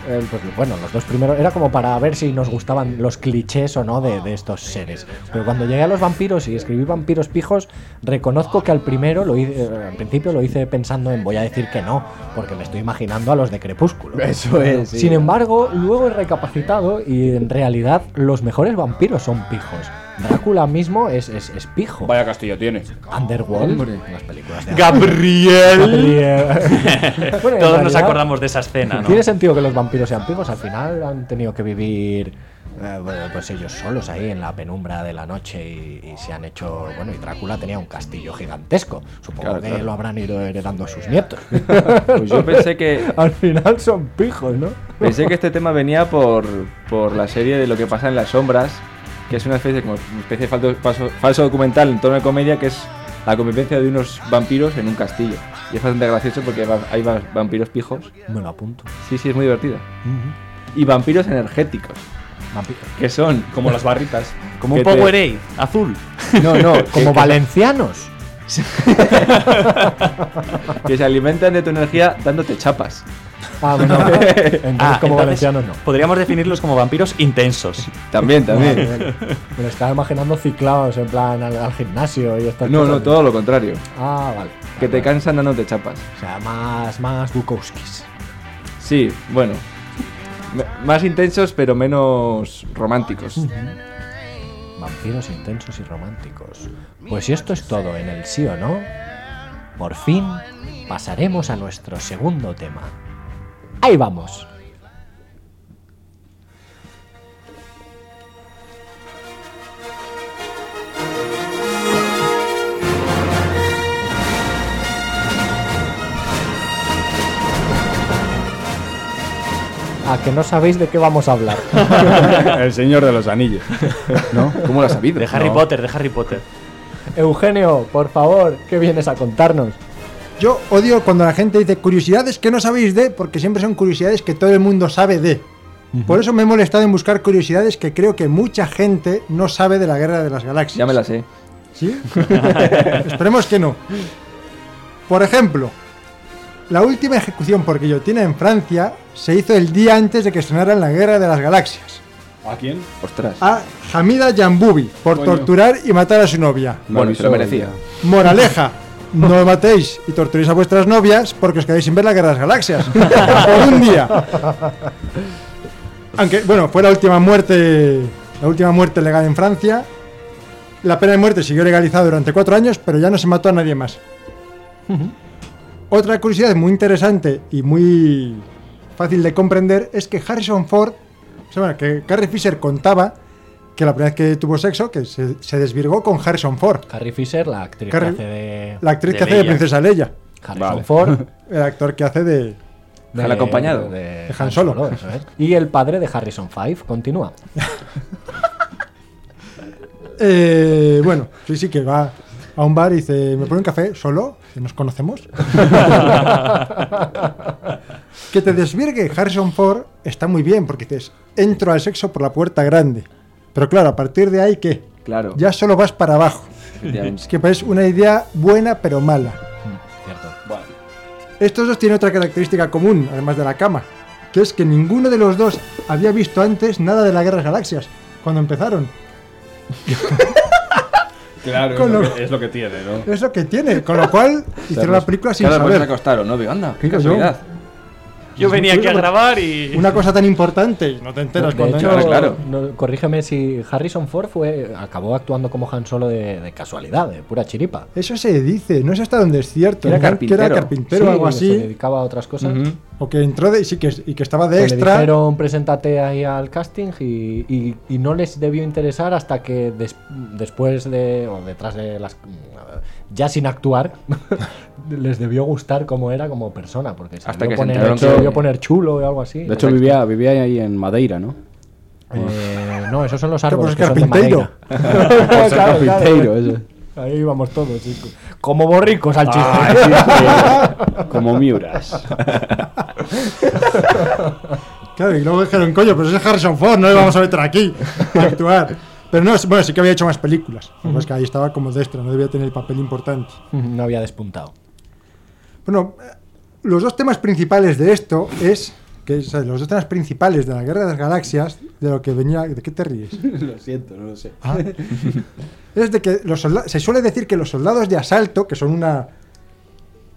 eh, pues bueno, los dos primeros era como para ver si nos gustaban los clichés o no de, de estos seres. Pero cuando llegué a los vampiros y escribí vampiros pijos, reconozco que al primero lo hice, eh, al principio lo hice pensando en voy a decir que no, porque me estoy imaginando a los de Crepúsculo. Eso es. sí. Sin embargo, luego he recapacitado y en realidad los mejores vampiros son pijos. Drácula mismo es, es, es pijo. Vaya castillo tiene. Underworld, Hombre. las películas de Gabriel. Bueno, en Todos nos realidad, acordamos de esa escena, ¿no? Tiene sentido que los vampiros sean pijos, al final han tenido que vivir eh, bueno, pues ellos solos ahí en la penumbra de la noche y, y se han hecho, bueno, y Drácula tenía un castillo gigantesco, supongo Claro, que claro. lo habrán ido heredando sus nietos. Pues yo pensé que, al final son pijos, ¿no? pensé que este tema venía por, por la serie de lo que pasa en las sombras, que es una especie, como especie de falto- falso, falso documental en tono de comedia, que es la convivencia de unos vampiros en un castillo. Y es bastante gracioso porque va- hay va- vampiros pijos. Me lo apunto. Sí, sí, es muy divertido. Y vampiros energéticos, Vampi- que son Como las barritas. Como un que te- Powerade azul. No, no, Como que- valencianos. que se alimentan de tu energía dándote chapas. Ah, bueno, entonces Ah, como entonces valencianos no. Podríamos definirlos como vampiros intensos. También, también. eh, Me lo estaba imaginando ciclados en plan al, al gimnasio y estas No, cosas. no, todo lo contrario. Ah, vale. Que te cansan dándote chapas. O sea, más, más Bukowskis. Sí, bueno. M- Más intensos, pero menos románticos. Vampiros intensos y románticos. Pues si esto es todo en el sí o no, por fin pasaremos a nuestro segundo tema. Ahí vamos. A Ah, que no sabéis de qué vamos a hablar. el señor de los anillos. ¿No? ¿Cómo lo has sabido? De Harry No. Potter, de Harry Potter. Eugenio, por favor, ¿qué vienes a contarnos? Yo odio cuando la gente dice curiosidades que no sabéis de, porque siempre son curiosidades que todo el mundo sabe de. Por eso me he molestado en buscar curiosidades que creo que mucha gente no sabe de la Guerra de las Galaxias. Ya me la sé. ¿Sí? Esperemos que no. Por ejemplo, la última ejecución por guillotina en Francia se hizo el día antes de que estrenaran la Guerra de las Galaxias. ¿A quién? Ostras. A Hamida Jambubi por Coño. torturar y matar a su novia. bueno, se lo merecía. Moraleja. No matéis y torturéis a vuestras novias porque os quedáis sin ver la Guerra de las Galaxias. Por un día. Aunque, bueno, fue la última muerte. La última muerte legal en Francia. La pena de muerte siguió legalizada durante cuatro años, pero ya no se mató a nadie más. Otra curiosidad muy interesante y muy fácil de comprender es que Harrison Ford, o sea, bueno, que Carrie Fisher contaba que la primera vez que tuvo sexo, que se- se desvirgó con Harrison Ford. Carrie Fisher, la actriz Carrie- que hace de La actriz De que hace de Leia. Princesa Leia. Harrison Vale. Ford. El actor que hace de. de- Han acompañado. De Han Solo. eso es. Y el padre de Harrison Five, continúa. Eh, bueno, sí, sí, que va a un bar y dice: ¿Me pone un café solo? Si nos conocemos. que te desvirgue Harrison Ford está muy bien, porque dices: Entro al sexo por la puerta grande. Pero claro, a partir de ahí, ¿qué? Claro. Ya solo vas para abajo. Es Efectivamente. que es una idea buena pero mala. Mm, Cierto. Estos dos tienen otra característica común, además de la cama, que es que ninguno de los dos había visto antes nada de la Guerra de las Galaxias, cuando empezaron. Claro, Con es lo, lo- que, es lo que tiene, ¿no? Es lo que tiene, con lo cual hicieron la película sin claro, pues se saber. acostaron, ¿no? Digo, anda, qué Digo yo. casualidad. Yo venía aquí a grabar y. Una cosa tan importante y no te enteras De cuando hecho, entras. claro. no- corrígeme si Harrison Ford fue acabó actuando como Han Solo de, de casualidad, de pura chiripa. Eso se dice, no sé hasta dónde es cierto. Era ¿no? Que era carpintero. carpintero Sí, o algo que Se así. dedicaba a otras cosas. Ujú. O que entró de, sí, que, y que estaba Que de Le extra. dijeron, preséntate ahí al casting y, y- y no les debió interesar hasta que des- después de, o detrás de las, ya sin actuar, les debió gustar cómo era como persona, porque se Hasta debió que se poner, enteraron se que- debió poner chulo o algo así. De hecho, vivía, vivía ahí en Madeira, ¿no? Eh, eh, no, esos son los Claro, pues árboles que es son de carpintero. madera. Claro, claro, Carpinteiro, eso. Ahí íbamos todos, chicos. Como borricos al chiste. Como Miuras. Claro, y luego dijeron, coño, pero ese es Harrison Ford, no le vamos a meter aquí a actuar. Pero no, es- bueno, sí que había hecho más películas. Pues que ahí estaba como Destra, no debía tener el papel importante. No había despuntado. Bueno, eh, los dos temas principales de esto es que o sea, los dos temas principales de la Guerra de las Galaxias, de lo que venía, ¿de qué te ríes? Lo siento, no lo sé. Ah. es de que los solda- se suele decir que los soldados de asalto, que son una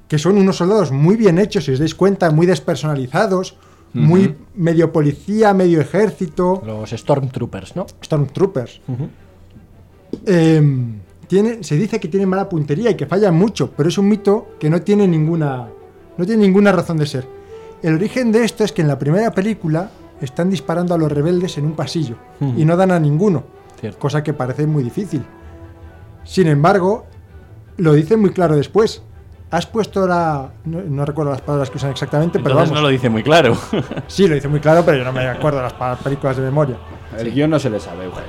que son unos soldados muy bien hechos, si os dais cuenta, muy despersonalizados, muy medio policía, medio ejército, Los Stormtroopers, ¿no? Stormtroopers. Em, tiene- se dice que tienen mala puntería y que fallan mucho, pero es un mito que no tiene ninguna, no tiene ninguna razón de ser. El origen de esto es que en la primera película están disparando a los rebeldes en un pasillo y no dan a ninguno, Cierto. cosa que parece muy difícil. Sin embargo, lo dicen muy claro después. Has puesto la... No, no recuerdo las palabras que usan exactamente, pero Entonces vamos. no lo dice muy claro. Sí, lo dice muy claro, pero yo no me acuerdo las pa- películas de memoria. El guión no se le sabe, güey.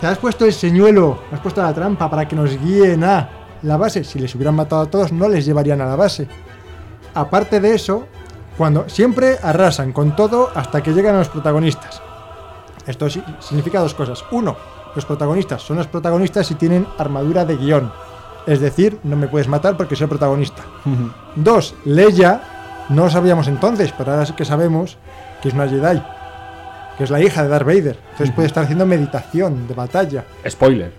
Te has puesto el señuelo, has puesto la trampa para que nos guíen a la base. Si les hubieran matado a todos, no les llevarían a la base. Aparte de eso, cuando siempre arrasan con todo hasta que llegan a los protagonistas. Esto si- significa dos cosas. Uno, los protagonistas son los protagonistas si tienen armadura de guión. Es decir, no me puedes matar porque soy el protagonista. Dos, Leia, no lo sabíamos entonces, pero ahora sí que sabemos que es una Jedi. Que es la hija de Darth Vader. Entonces puede estar haciendo meditación de batalla. Spoiler.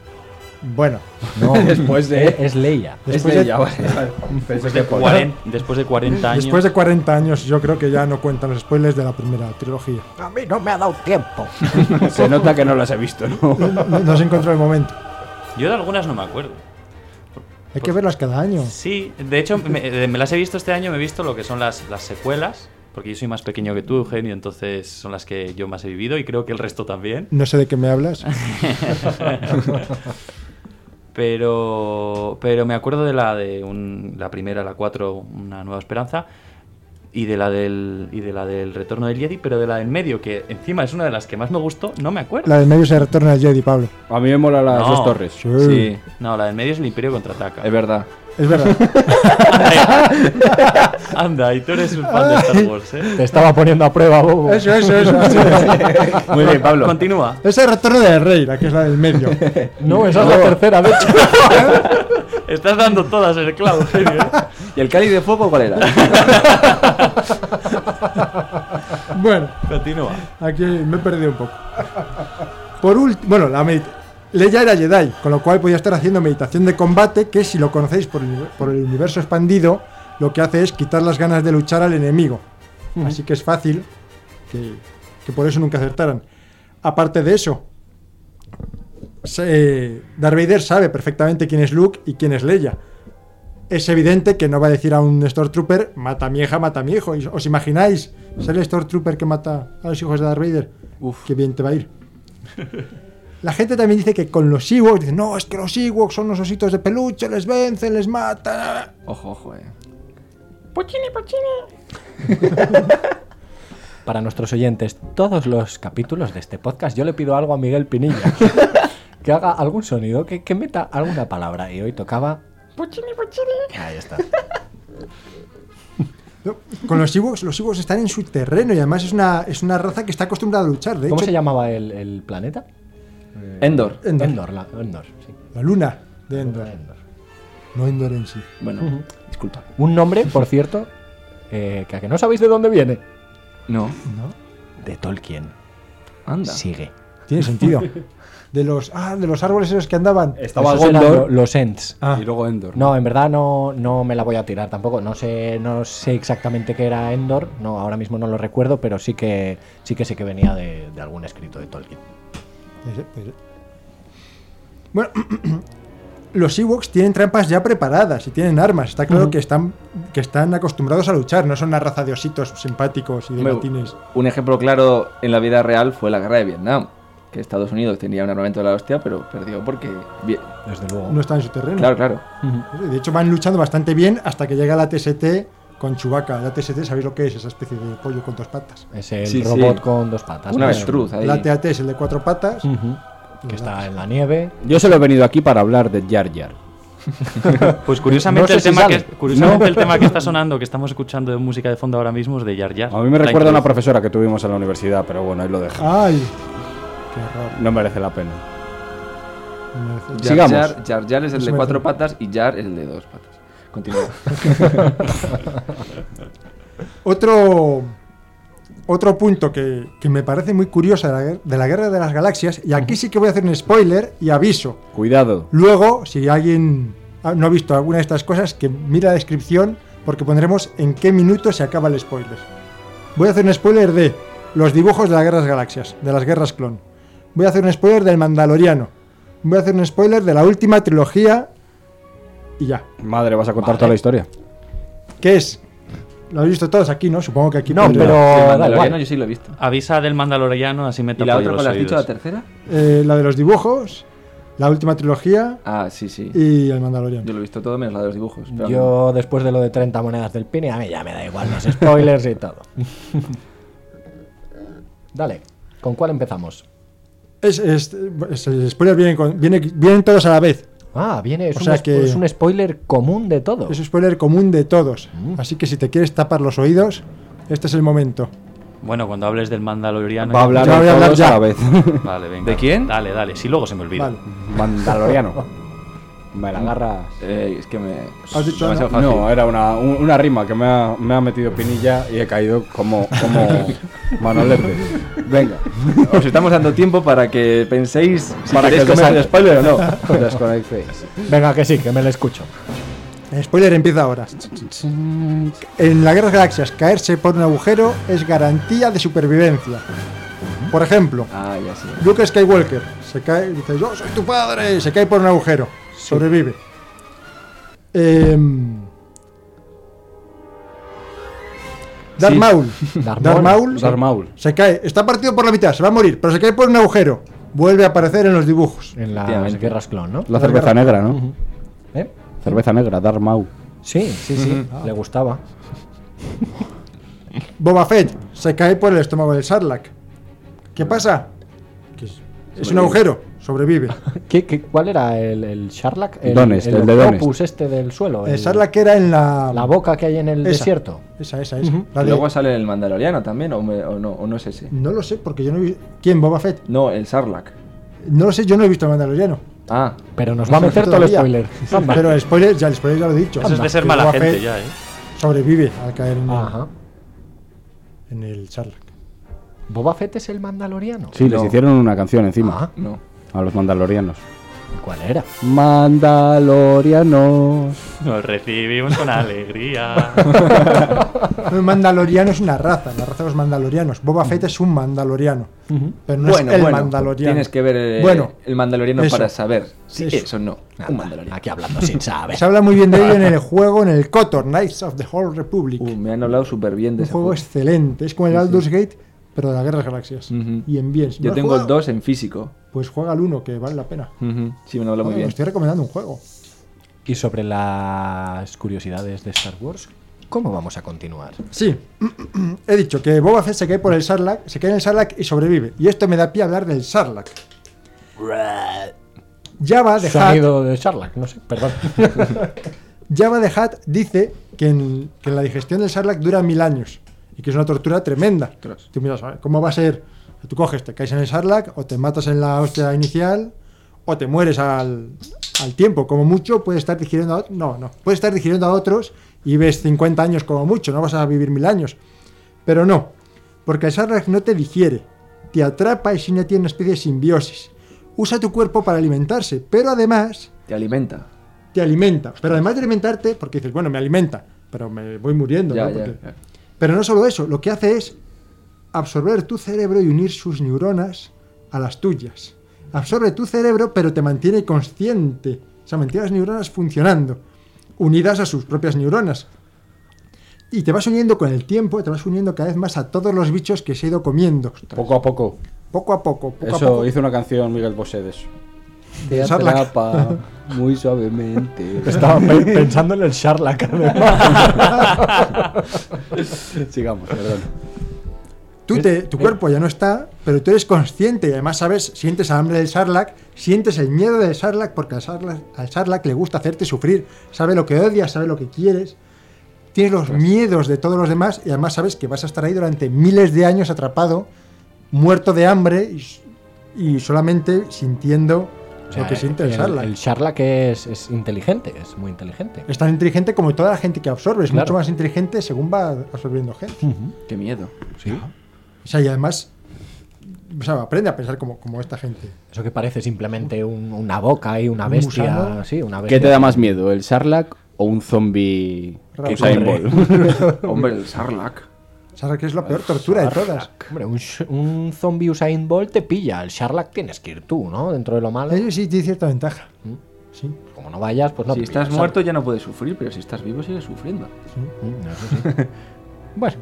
Bueno, No, Después es, de. es Leia. después de de- Pues ya, vale, vale. Pues Después de 40, después de 40 años. después de 40 años yo creo que ya no cuentan los spoilers de la primera trilogía. A mí no me ha dado tiempo. Se nota que no las he visto, ¿no? No, no se encontró el momento. Yo de algunas no me acuerdo. Hay que verlas cada año. Sí, de hecho, me, eh, me las he visto este año, me he visto lo que son las, las secuelas, porque yo soy más pequeño que tú, Eugenio, entonces son las que yo más he vivido y creo que el resto también. No sé de qué me hablas. Pero, pero me acuerdo de la de un- la primera, la 4, Una Nueva Esperanza, y de, la del, y de la del Retorno del Jedi, pero de la del medio, que encima es una de las que más me gustó, no me acuerdo. La del medio se retorna al Jedi, Pablo. A mí me mola las No. dos torres. Sí. No, la del medio es el Imperio contraataca. es verdad. Es verdad. Anda, y tú eres un fan de Star Wars, ¿eh? Te estaba poniendo a prueba, Bobo. Eso, eso, eso. así es. Muy bien, Pablo. Continúa. Es el retorno del rey, la que es la del medio. No, esa es la tercera, de hecho. Estás dando todas en el clavo, Eugenio. ¿Y el cáliz de fuego cuál era? Bueno, Continúa. aquí me he perdido un poco. Por último, bueno, la medit- Leia era Jedi, con lo cual podía estar haciendo meditación de combate, que si lo conocéis por el, por el universo expandido, lo que hace es quitar las ganas de luchar al enemigo. Así que es fácil que, que por eso nunca acertaran. Aparte de eso, se- eh, Darth Vader sabe perfectamente quién es Luke y quién es Leia. Es evidente que no va a decir a un Stormtrooper, mata a mi hija, mata a mi hijo. ¿Os imagináis ser el Stormtrooper que mata a los hijos de Darth Vader? Uf. Qué bien te va a ir. La gente también dice que con los Ewoks, dicen, no, es que los Ewoks son los ositos de peluche, les vencen, les matan. Ojo, ojo, eh. Para nuestros oyentes, todos los capítulos de este podcast, yo le pido algo a Miguel Pinilla. que haga algún sonido, que, que meta alguna palabra. Y hoy tocaba. Ahí está. No, Con los Ewoks, los Ewoks están en su terreno y además es una, es una raza que está acostumbrada a luchar. De ¿Cómo hecho, se llamaba el, el planeta? Endor. Endor. Endor, la, Endor, sí. La luna de Endor. Endor. No Endor en sí. Bueno, disculpa. Un nombre, por cierto, eh, que a que no sabéis de dónde viene. No. De Tolkien. Anda. Sigue. Tiene sentido. De los, ah, de los árboles esos que andaban. Estaba Esos eran Gondor lo- los Ents. Ah, y luego Endor. No, en verdad no, no me la voy a tirar tampoco. No sé, no sé exactamente qué era Endor. No, ahora mismo no lo recuerdo, pero sí que sí que sé que venía de, de algún escrito de Tolkien. ese- ese. Bueno, los Ewoks tienen trampas ya preparadas y tienen armas. Está claro que, están, que están acostumbrados a luchar. No son una raza de ositos simpáticos y de Hombre, matines. Un ejemplo claro en la vida real fue la guerra de Vietnam. Que Estados Unidos tenía un armamento de la hostia, pero perdió porque. Bien. Desde luego. No están en su terreno. Claro, claro. De hecho, van luchando bastante bien hasta que llega la TST con Chewbacca, la TST, ¿sabéis lo que es? Esa especie de pollo con dos patas. Es el Sí, sí. robot con dos patas. Una ¿no? avestruz ahí. La TAT es el de cuatro patas. Ujú. Que está en la nieve. Yo solo he venido aquí para hablar de Jar Jar. Pues curiosamente, No sé el, si tema sale. que, curiosamente No. el tema que está sonando, que estamos escuchando de música de fondo ahora mismo, es de Yar Yar. A mí me recuerda a una profesora que tuvimos en la universidad, pero bueno, ahí lo dejo. ¡Ay! ¡Qué horror! No merece la pena. Me- Sí. Sigamos. Jar, Jar Jar es el de cuatro patas y Jar es el de dos patas. Continúa. Otro, otro punto que, que me parece muy curioso de la, guer- de la Guerra de las Galaxias, y aquí sí que voy a hacer un spoiler y aviso. Cuidado. Luego, si alguien ha- no ha visto alguna de estas cosas, que mire la descripción porque pondremos en qué minuto se acaba el spoiler. Voy a hacer un spoiler de los dibujos de las guerras galaxias, de las guerras clon. Voy a hacer un spoiler del Mandaloriano. Voy a hacer un spoiler de la última trilogía y ya. Madre, vas a contar toda la historia. ¿Qué es? Lo habéis visto todos aquí, ¿no? Supongo que aquí No, pondré. pero el da Mandaloriano igual. yo sí lo he visto. Avisa del Mandaloriano, así me ¿Y tapo la yo otra los cuál has dicho? oídos. ¿La tercera? Eh, la de los dibujos, la última trilogía Ah, sí, sí. y el Mandaloriano. Yo lo he visto todo menos la de los dibujos. pero- Yo, después de lo de 30 monedas del pine, a mí ya me da igual los spoilers y todo. Dale, ¿con cuál empezamos? Es, es- es- el spoiler viene, con- viene- vienen todos a la vez. Ah, viene, es, O un, sea spo- que- es un spoiler común de todo. Es un spoiler común de todos. Así que si te quieres tapar los oídos, este es el momento. Bueno, cuando hables del Mandaloriano. Va a ya- hablar Ya voy a de hablar todos ya. a la vez. Vale, venga. ¿De quién? Dale, dale. Si luego se me olvida. Vale. Mandaloriano. Me la agarras. Eh, es que me. ¿Has dicho demasiado no? fácil. No, era una, un- una rima que me ha, me ha metido pinilla y he caído como, como manolete. Venga, Os estamos dando tiempo para que penséis si para que queréis os comer el spoiler o no. Desconectéis. Venga, que sí, que me lo escucho. El spoiler empieza ahora. En la Guerra de las Galaxias, caerse por un agujero es garantía de supervivencia. Por ejemplo, Ah, ya sí. Luke Skywalker se cae y dice, yo soy tu padre, y se cae por un agujero, sobrevive. Em, Darth Sí. Maul. Darth Darth Maul. Maul. Darth Maul. Se cae, está partido por la mitad, se va a morir, pero se cae por un agujero. Vuelve a aparecer en los dibujos. En las Efectivamente. guerras clon, ¿no? La cerveza negra, ¿no? ¿Eh? Cerveza negra, Darth Maul. Sí, sí, sí, le gustaba. Boba Fett se cae por el estómago del Sarlacc. ¿Qué pasa? Que es- es un agujero, sobrevive. ¿Qué, qué, cuál era el, el Sharlac? El, Dones, el, el de Dones. octopus este del suelo. El el- Sarlacc era en la... La boca que hay en el Esa. desierto. Esa, esa, esa. La de- Luego sale el Mandaloriano también, o, me- o no, o no es ese. No lo sé, porque yo no he visto... ¿Quién? Boba Fett. No, el Sarlacc. No lo sé, yo no he visto el Mandaloriano. Ah, Pero nos va a meter todo el Todavía. spoiler. Anda. Pero el spoiler, ya, el spoiler ya lo he dicho. Eso es Anda, de ser que mala Boba gente Fett ya, ¿eh? Sobrevive al caer en el, Ajá. en el Sarlacc. Boba Fett es el mandaloriano. Sí, les No. hicieron una canción encima. Ah, no. A los mandalorianos. ¿Cuál era? Mandalorianos. Nos recibimos con alegría. Un mandaloriano es una raza, la raza de los mandalorianos. Boba Fett es un mandaloriano. Pero no bueno, es el bueno. mandaloriano. Tienes que ver eh, Bueno, el Mandaloriano eso. para saber si Eso. es o no. Un Mandaloriano. Aquí hablando sin saber. Se habla muy bien de ello en el juego, en el Kotor, Knights of the Whole Republic. Uh, un me han hablado súper bien de ese juego juego. excelente. Es como el Aldous Gate, pero de la Guerra de las Galaxias. Ujú. Y en bien. Si Yo no has tengo el jugado, 2 en físico. Pues juega al uno, que vale la pena. Ujú. Sí, me han hablado Joder, muy bien. estoy recomendando un juego. Y sobre las curiosidades de Star Wars, ¿cómo vamos a continuar? Sí, he dicho que Boba Fett se cae por el Sarlacc, se cae en el Sarlacc y sobrevive. Y esto me da pie a hablar del Sarlacc. Java de Hutt- Sonido de Sharlac, no sé, perdón. Java de Hutt dice que, en, que la digestión del Sarlacc dura mil años y que es una tortura tremenda. Ostras. Tú miras, a ver, ¿cómo va a ser? Tú coges, te caes en el Sarlacc, o te matas en la hostia inicial, o te mueres al, al tiempo. Como mucho, puedes estar digiriendo a otros. No, no. Puedes estar digiriendo a otros y ves 50 años como mucho, no vas a vivir mil años. Pero no, porque el Sarlacc no te digiere, te atrapa y si no tiene una especie de simbiosis. Usa tu cuerpo para alimentarse, pero además Te alimenta. te alimenta. Pero además de alimentarte, porque dices, bueno, me alimenta, pero me voy muriendo. Ya, ¿no? ya, Porque- ya. Pero no solo eso, lo que hace es absorber tu cerebro y unir sus neuronas a las tuyas. Absorbe tu cerebro, pero te mantiene consciente. O sea, mantiene las neuronas funcionando, unidas a sus propias neuronas. Y te vas uniendo con el tiempo, te vas uniendo cada vez más a todos los bichos que se ha ido comiendo. Poco a poco. Poco a poco, poco a eso poco. hizo una canción Miguel Bosé de eso. Te Usar la- atrapa muy suavemente. Estaba pe- pensando en el Sharlack. además. Sigamos, perdón. Tú te- tu cuerpo ya no está, pero tú eres consciente y además sabes, sientes el hambre del Sarlacc, sientes el miedo del Sarlacc porque al Sarlacc, al Sarlacc le gusta hacerte sufrir, sabe lo que odias, sabe lo que quieres, tienes los miedos de todos los demás y además sabes que vas a estar ahí durante miles de años atrapado, muerto de hambre y, s- y solamente sintiendo O sea, lo que siente el, Sarlacc. El Sharlack es, es inteligente, es muy inteligente. Es tan inteligente como toda la gente que absorbe, es Claro. mucho más inteligente según va absorbiendo gente. Qué miedo. O sea, y además o sea, aprende a pensar como, como esta gente. Eso que parece simplemente un- una boca y una bestia. gusano? Sí, una bestia. ¿Qué te da más miedo, el Sarlacc o un zombie que Raúl. Usain Bolt? Hombre, el Sarlacc. Sarlacc es la peor tortura de todas. Hombre, un, sh- un zombie Usain Bolt te pilla. El Sharlack tienes que ir tú, ¿no? Dentro de lo malo. Eso sí tiene cierta ventaja. Sí. Como no vayas, pues no si te estás pillan, muerto ya no puedes sufrir, pero si estás vivo sigues sufriendo. ¿sabes? Mm, eso sí. bueno,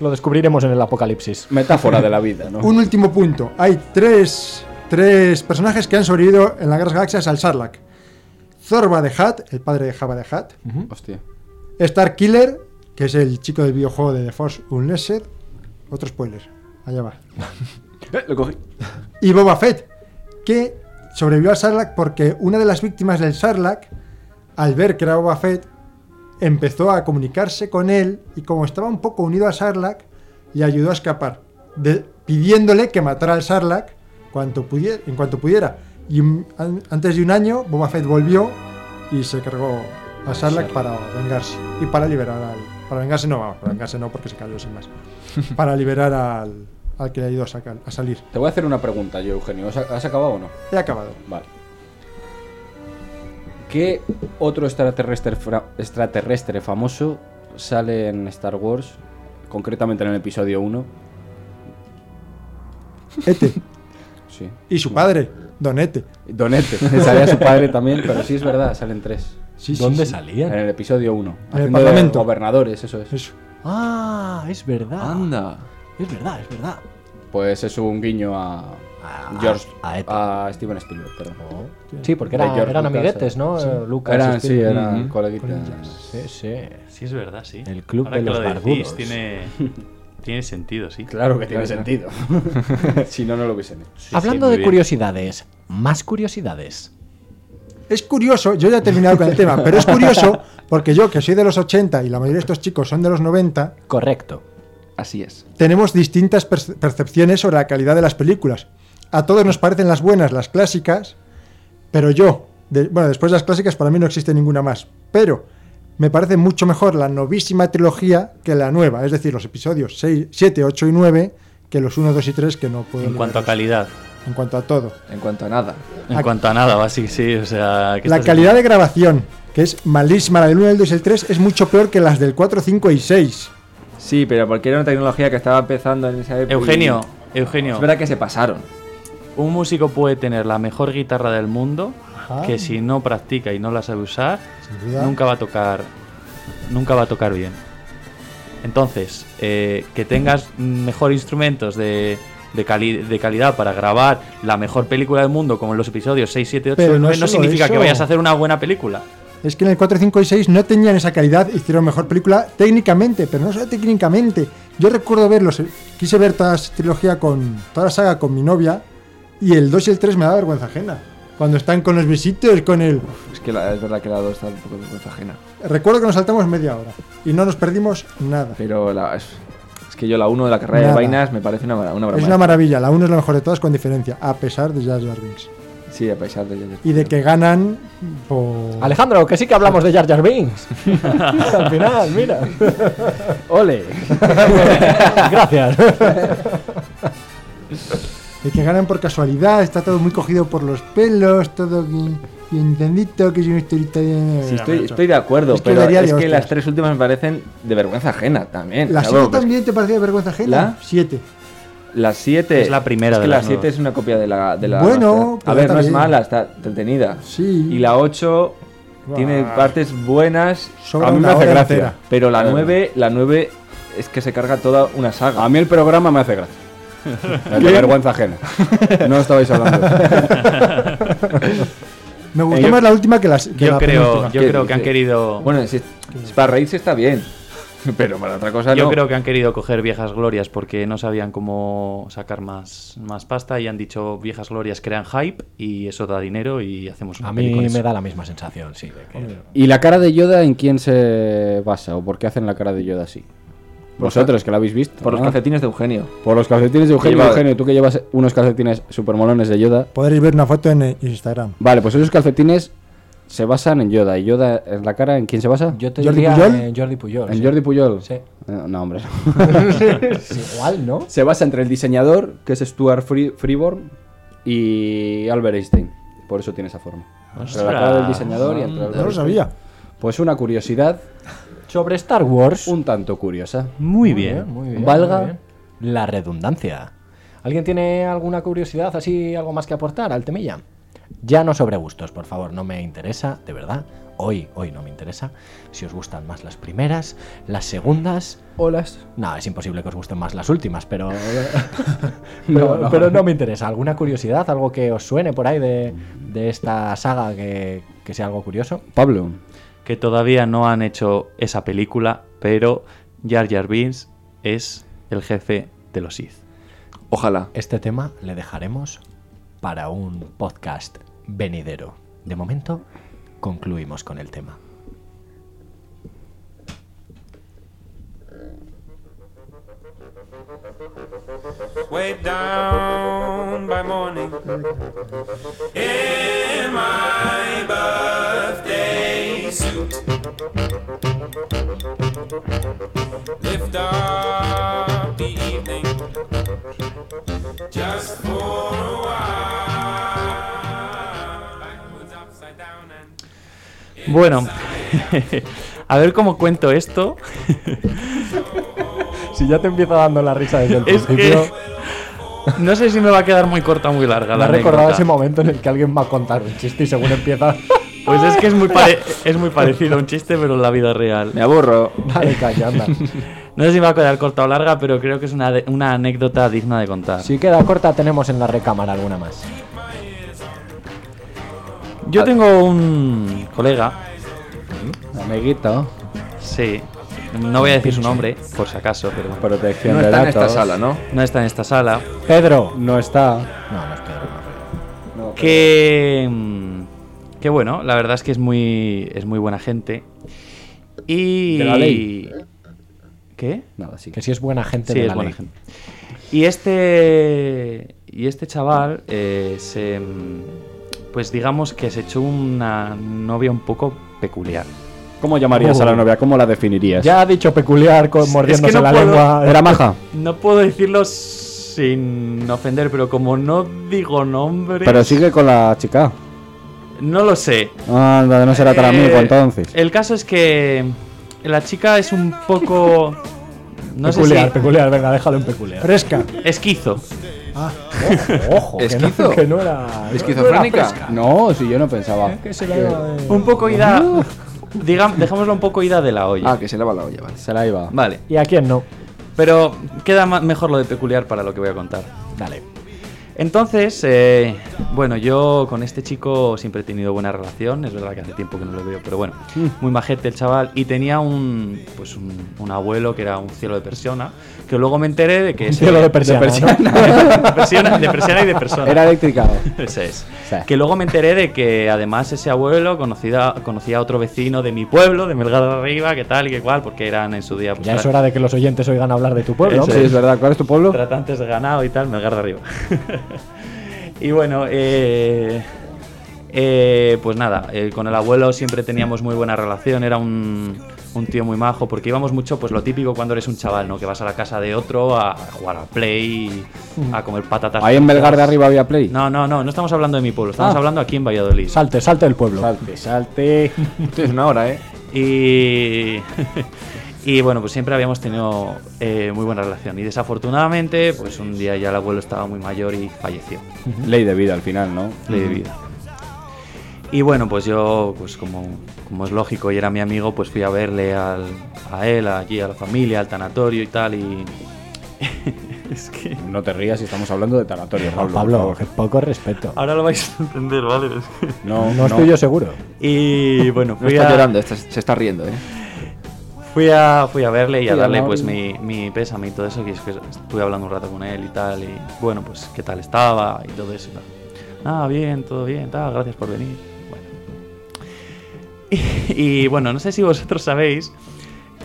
lo descubriremos en el apocalipsis. Metáfora de la vida, ¿no? Un último punto. Hay tres, tres personajes que han sobrevivido en las Guerras Galaxias al Sarlacc. Zorba de Hat, el padre de Java de Hat. Hostia. Star Killer, que es el chico del videojuego de The Force Unleashed. Otro spoiler. Allá va. Eh, lo cogí. y Boba Fett, que sobrevivió al Sarlacc porque una de las víctimas del Sarlacc, al ver que era Boba Fett, empezó a comunicarse con él y como estaba un poco unido al Sarlacc, le ayudó a escapar, de- pidiéndole que matara al Sarlacc cuanto pudie- en cuanto pudiera. Y un- an- antes de un año, Boba Fett volvió y se cargó a Sarlacc para vengarse y para liberar al... Para vengarse no, vamos, para vengarse no porque se cayó sin más. Para liberar al, al que le ayudó a, sacar, a salir. Te voy a hacer una pregunta yo, Eugenio. ¿Has, has acabado o no? He acabado. Vale. ¿Qué otro extraterrestre, fra- extraterrestre famoso sale en Star Wars, concretamente en el episodio 1? Ete. Sí. Este Y su padre, Este. Donete. Donete. Salía su padre también, pero sí es verdad, salen tres. ¿Dónde En salían? el episodio 1. Parlamento. gobernadores, eso es. Eso. Ah, es verdad. Anda. Es verdad, es verdad. Pues es un guiño a A- George, a Ete. a, Steven Spielberg, perdón. Sí, porque De era- George eran Lucas, amiguetes, eh. ¿no? Eh, Lucas. Eran, sí, Spielberg. eran Ujú. coleguitas. Sí, sí. Sí, es verdad, sí. El club Ahora de que los lo decís, barbudos. tiene, tiene sentido, sí. Claro que tiene sentido. si no, no lo hubiesen hecho. Sí, Hablando sí, muy de bien. curiosidades, más curiosidades. Es curioso, yo ya he terminado con el tema, pero es curioso porque yo, que soy de los 80 y la mayoría de estos chicos son de los 90, Correcto. Así es. tenemos distintas perce- percepciones sobre la calidad de las películas. A todos nos parecen las buenas, las clásicas, pero yo, de- bueno, después de las clásicas para mí no existe ninguna más, pero me parece mucho mejor la novísima trilogía que la nueva, es decir, los episodios 6, 7, 8 y 9 que los 1, 2 y 3 que no puedo... En cuanto a leerlos. calidad. En cuanto a todo. En cuanto a nada. En A- cuanto a nada, va sí, sí. O sea, que La estás- calidad de grabación, que es malísima, la del 1, el 2 y el 3, es mucho peor que las del 4, 5 y 6. Sí, pero porque era una tecnología que estaba empezando en esa época. Eugenio, Es Eugenio, verdad que se pasaron. un músico puede tener la mejor guitarra del mundo, que si no practica y no la sabe usar, Sin duda. nunca va a tocar, nunca va a tocar bien. Entonces, eh, que tengas mejor instrumentos de, de, cali- de calidad para grabar la mejor película del mundo, como en los episodios 6, 7, 8, Pero no 9, no solo significa que eso. vayas a hacer una buena película. Es que en el 4, 5 y 6 no tenían esa calidad, hicieron mejor película técnicamente, pero no solo técnicamente. Yo recuerdo verlos, eh, quise ver toda la trilogía con toda la saga con mi novia y el 2 y el 3 me da vergüenza ajena. Cuando están con los visitos, con el... Es que la- es verdad que la 2 está un poco de vergüenza ajena. Recuerdo que nos saltamos media hora y no nos perdimos nada. Pero la, es, es que yo la 1 de la carrera de Nada. vainas me parece una, mara- una broma. Es una maravilla, la 1 es la mejor de todas con diferencia, a pesar de Jar Jar Binks. ¿eh? Sí, a pesar de ello. Y de que ganan por... Ah, Alejandro, que sí que hablamos de Jar Jar Binks. Al final, mira. ¡Ole! Gracias. El que ganan por casualidad, está todo muy cogido por los pelos, todo bien, bien tendito, que es una historita de... Sí, estoy, estoy de acuerdo, Es que pero daría es de que hostias. las tres últimas me parecen de vergüenza ajena también. ¿La O sea, 7 bueno, pues, también te parecía de vergüenza ajena? ¿La? 7. Las 7. Es la primera Es que de la las 7 nuevas. es una copia de la. De la Bueno, a pero ver, no es también. mala, está entretenida. Sí. Y la 8 tiene Buah. partes buenas, Sobra a mí me una hace hora gracia. entera. pero la Claro. 9, la 9 es que se carga toda una saga. A mí el programa me hace gracia. El de vergüenza ajena. No estabais hablando. Me gustó Eh, yo- más la última que, las, que Yo la creo, penúltima. yo ¿Qué creo que han dice? querido. Bueno, si, si para reírse está bien, pero para otra cosa yo no. creo que han querido coger viejas glorias porque no sabían cómo sacar más, más pasta y han dicho viejas glorias crean hype y eso da dinero y hacemos una A peli mí con me eso. da la misma sensación, sí. de que- ¿Y la cara de Yoda en quién se basa? ¿O por qué hacen la cara de Yoda así? Vosotros, que la habéis visto. Por los ¿no? calcetines de Eugenio. Por los calcetines de Eugenio. Lleva- Eugenio, tú que llevas unos calcetines supermolones de Yoda. Podréis ver una foto en eh, Instagram. Vale, pues esos calcetines se basan en Yoda. ¿Y Yoda en la cara en quién se basa? Yo te ¿Jordi diría Pujol? eh, Jordi Puyol. ¿En Jordi Puyol? Sí. Eh, No, hombre. no. Igual, ¿no? se basa entre el diseñador, que es Stuart Free- Freeborn, y Albert Einstein. Por eso tiene esa forma. Entre la cara del Ostras. diseñador y entre No Albert lo Einstein. sabía. Pues una curiosidad Sobre Star Wars. un tanto curiosa. Muy bien. muy bien, Valga muy bien. la redundancia. ¿Alguien tiene alguna curiosidad así, algo más que aportar al temilla? Ya no sobre gustos, por favor, no me interesa, de verdad. Hoy, hoy no me interesa. Si os gustan más las primeras, las segundas. Olas. No, es imposible que os gusten más las últimas, pero. pero, pero no, me interesa. ¿Alguna curiosidad? ¿Algo que os suene por ahí de, de esta saga que, que sea algo curioso? Pablo, Que todavía no han hecho esa película, pero Jar Jar Binks es el jefe de los Sith. Ojalá. Este tema le dejaremos para un podcast venidero. De momento, concluimos con el tema. Way down by morning in my birthday suit. Lift up the evening just for a while. Backwards, upside down, and Bueno, a ver cómo cuento esto. Si ya te empieza dando la risa desde el Es principio, que no sé si me va a quedar muy corta o muy larga. me la ha recordado anécdota. ese momento en el que alguien va a contar un chiste y según empieza, Pues es que es muy, pare- es muy parecido a un chiste, pero en la vida real. Me aburro. dale caña, anda. No sé si me va a quedar corta o larga, pero creo que es una, de- una anécdota digna de contar. Si queda corta, tenemos en la recámara alguna más. Yo tengo un colega, amiguito, sí, no voy a decir su nombre, por si acaso, pero protección No de está en datos. esta sala, ¿no? no está en esta sala, Pedro. No está. No, no es Pedro. no soy yo. que, mm, que bueno, la verdad es que es muy, es muy buena gente. Y... De la ley. ¿Qué? Nada, sí. Que si es buena gente Sí, de es la buena ley. gente. Y este. Y este chaval eh, se. mm, Pues digamos que se echó una novia un poco peculiar. ¿Cómo llamarías a la Oh. novia? ¿Cómo la definirías? Ya ha dicho peculiar con, Es mordiéndose que no la puedo- lengua. ¿Era maja? No puedo decirlo sin ofender, pero como no digo nombre. Pero sigue con la chica. No lo sé. Anda, no será tan Eh, amigo entonces. El caso es que. La chica es un poco. No sé si. peculiar, peculiar, venga, déjalo en peculiar. Fresca. Esquizo. Ojo, que no- ¿Esquizo? que no era. ¿Esquizofrénica? No, si yo no pensaba. Que se la iba de- Un poco ida. Digamos, dejémoslo un poco ida de la olla. Ah, que se lava la olla, vale. Se la iba. Vale. ¿Y a quién no? Pero queda ma- mejor lo de peculiar para lo que voy a contar. Dale. Entonces, eh, bueno, yo con este chico siempre he tenido buena relación. Es verdad que hace tiempo que no lo veo, pero bueno, Mm. muy majete el chaval. Y tenía un, pues un, un abuelo que era un cielo de persona, que luego me enteré de que ese- Cielo de persiana. ¿no? de persiana, de persiana y de persona. Era eléctrica. Ese es. Sí. Que luego me enteré de que además ese abuelo conocida, conocía a otro vecino de mi pueblo, de Melgar de Arriba, que tal y que cual, porque eran en su día. pues, Ya es hora de que los oyentes oigan hablar de tu pueblo. Eso hombre. Sí, es verdad. ¿Cuál es tu pueblo? tratantes de ganado y tal, Melgar de arriba. y bueno, eh, eh, pues nada, eh, con el abuelo siempre teníamos muy buena relación, era un, un tío muy majo, porque íbamos mucho, pues lo típico cuando eres un chaval, ¿no? Que vas a la casa de otro a jugar a play, a comer patatas. Ahí en Belgar de arriba había play. No, no, no, no estamos hablando de mi pueblo, estamos Ah. hablando aquí en Valladolid. Salte, salte del pueblo. Salte, salte. Esto es una hora, ¿eh? Y, y bueno, pues siempre habíamos tenido eh, muy buena relación. Y desafortunadamente, pues un día ya el abuelo estaba muy mayor y falleció. Ley de vida al final, ¿no? Ley de vida. Y bueno, pues yo, pues como, como es lógico y era mi amigo, pues fui a verle al- a él, allí a la familia, al tanatorio y tal. Y Es que No te rías si estamos hablando de Taratorio, Pablo. Pablo, por que favor. poco respeto. ahora lo vais a entender, ¿vale? Es que- No, No estoy yo seguro. Y bueno, No fui está a, llorando, está- se está riendo, ¿eh? fui, a, fui a verle y a Sí, darle no, pues no. mi, mi pésame y todo eso. Que es que estuve hablando un rato con él y tal. Y bueno, pues qué tal estaba y todo eso. y tal. Ah, bien, todo bien, tal, gracias por venir. Bueno. Y, y, bueno, no sé si vosotros sabéis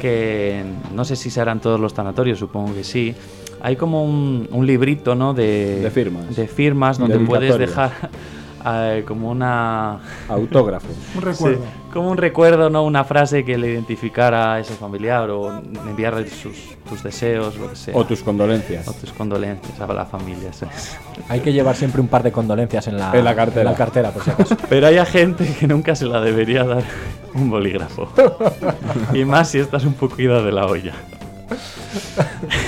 que no sé si se harán todos los tanatorios, supongo que sí. Hay como un, un librito, ¿no? De, De firmas. De firmas donde De puedes dejar dedicatorias. eh, como una Autógrafo. Un recuerdo. Sí, como un recuerdo, ¿no? Una frase que le identificara a ese familiar o enviarle sus, tus deseos, lo que sea. O tus condolencias. O tus condolencias a la familia, eso es. Hay que llevar siempre un par de condolencias en la, En la cartera. en la cartera, por si acaso. Pero hay a gente que nunca se la debería dar un bolígrafo. Y más si estás un poco ida de la olla.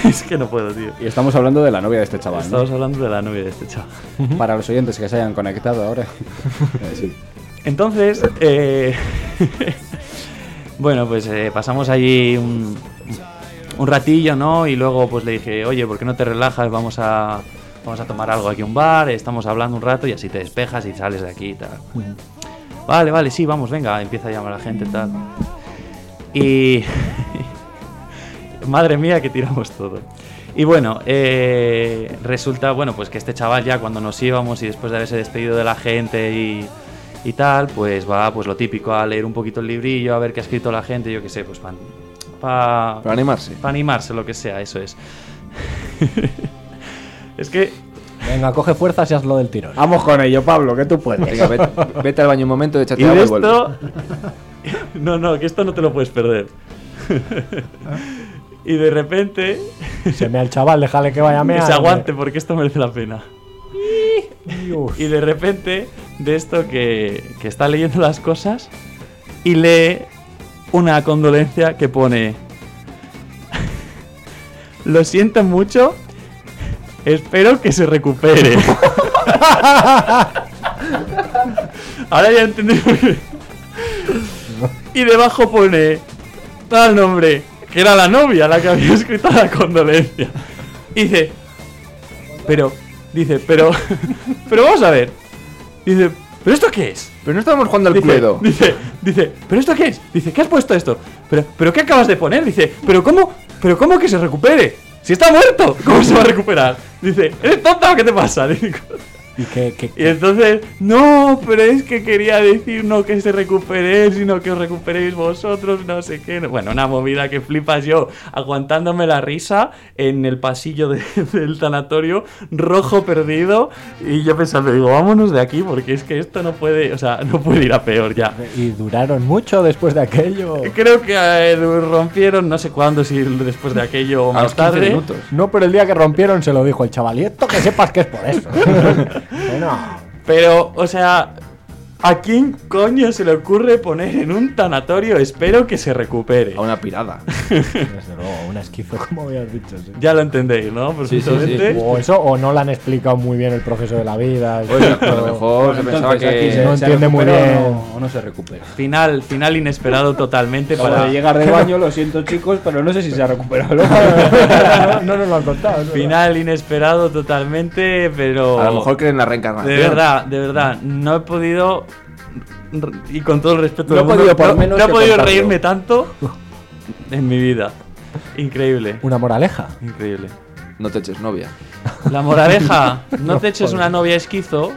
Es que no puedo, tío. Y estamos hablando de la novia de este chaval, ¿no? Estamos hablando de la novia de este chaval. Para los oyentes que se hayan conectado ahora. Eh, Entonces, eh, bueno, pues eh, pasamos allí un, un ratillo, ¿no? Y luego pues le dije, oye, ¿por qué no te relajas? Vamos a, vamos a tomar algo aquí a un bar, estamos hablando un rato y así te despejas y sales de aquí y tal. Vale, vale, sí, vamos, venga, empieza a llamar a la gente tal. Y... Madre mía, que tiramos todo. Y bueno, eh, resulta, bueno, pues que este chaval ya cuando nos íbamos y después de haberse despedido de la gente y, y tal, pues va, pues lo típico, a leer un poquito el librillo, a ver qué ha escrito la gente, yo qué sé, pues para... Pa, Para animarse. para animarse, lo que sea, eso es. es que Venga, coge fuerzas y hazlo del tirón. Vamos con ello, Pablo, que tú puedes. Venga, vete, vete al baño un momento, échate y de agua y vuelve. esto. No, no, que esto no te lo puedes perder. y de repente. Se mea el chaval, déjale que vaya a Que mear, se aguante hombre. porque esto merece la pena. Uf. Y de repente, de esto que, que está leyendo las cosas y lee una condolencia que pone. Lo siento mucho. Espero que se recupere. Ahora ya entendí. por qué. Y debajo pone tal nombre, que era la novia la que había escrito la condolencia. Y dice, pero, dice, pero, pero vamos a ver. Dice, ¿pero esto qué es? Pero no estamos jugando al Dice, cluedo. dice, dice, ¿pero esto qué es? Dice, ¿qué has puesto esto? ¿Pero, pero qué acabas de poner? Dice, ¿pero cómo, pero cómo que se recupere? Si está muerto, ¿cómo se va a recuperar? Dice, ¿eres tonta o qué te pasa? Dice, Y que, que- y entonces, no, pero es que quería decir no que se recupere, sino que os recuperéis vosotros, no sé qué. Bueno, una movida que flipas yo, aguantándome la risa en el pasillo de- del tanatorio, rojo perdido, y yo pensando, digo, vámonos de aquí, porque es que esto no puede, o sea, no puede ir a peor ya. y duraron mucho después de aquello. Creo que eh, rompieron, no sé cuándo, si después de aquello o A los 15 más tarde. minutos. No, pero el día que rompieron se lo dijo el chaval. Y esto que sepas que es por eso. bueno, Pero, o sea, ¿a quién coño se le ocurre poner en un tanatorio? Espero que se recupere. A una pirada. desde luego, una esquizo, como habías dicho. sí. Ya lo entendéis, ¿no? Sí, sí, sí. Perfectamente. O eso, o no le han explicado muy bien el proceso de la vida. Pues a esto. lo mejor se pensaba que. se- no entiende muy recupera o bien. no- o no se recupera. Final, final inesperado totalmente Acabo para de llegar del baño, lo siento chicos, pero no sé si se ha recuperado. luego. no nos lo han contado. es verdad. final inesperado totalmente, pero A lo mejor creen en la de reencarnación. verdad, de verdad, no he podido y con todo el No respeto del he mundo, podido por no- menos no he que podido contarlo. reírme tanto en mi vida. Increíble, Una moraleja. increíble. No te eches novia. La moraleja, no te eches una novia esquizo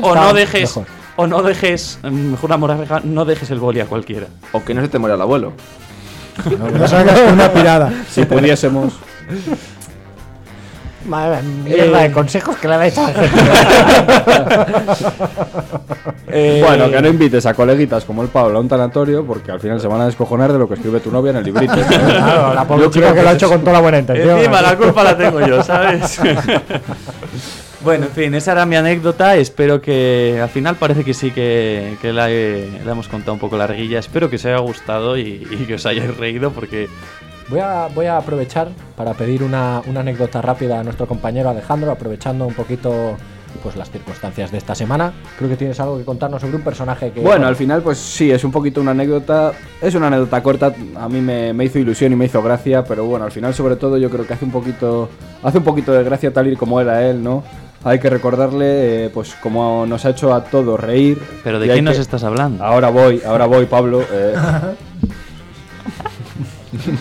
o Está no dejes mejor. o no dejes, mm, mejor la moraleja, no dejes el boli a cualquiera. O que no se te muera el abuelo. No salgas una pirada. si pudiésemos. Madre mierda de consejos que le dais a la gente. Eh, Bueno, que no invites a coleguitas como el Pablo a un tanatorio porque al final se van a descojonar de lo que escribe tu novia en el librito. Claro, la pobre Yo chica creo que lo ha es- hecho con toda la buena intención. Encima la culpa la tengo yo, ¿sabes? bueno, en fin, esa era mi anécdota. Espero que al final parece que sí que, que la, he- la hemos contado un poco larguilla. Espero que os haya gustado y, y que os hayáis reído porque Voy a, voy a aprovechar para pedir una, una anécdota rápida a nuestro compañero Alejandro, aprovechando un poquito pues las circunstancias de esta semana. Creo que tienes algo que contarnos sobre un personaje que... Bueno, al final, pues sí, es un poquito una anécdota. Es una anécdota corta. A mí me, me hizo ilusión y me hizo gracia, pero bueno, al final, sobre todo, yo creo que hace un poquito, hace un poquito de gracia tal y como era él, ¿no? Hay que recordarle, eh, pues, como nos ha hecho a todos reír. Pero ¿de y hay quién nos que- estás hablando? Ahora voy, ahora voy, Pablo. eh.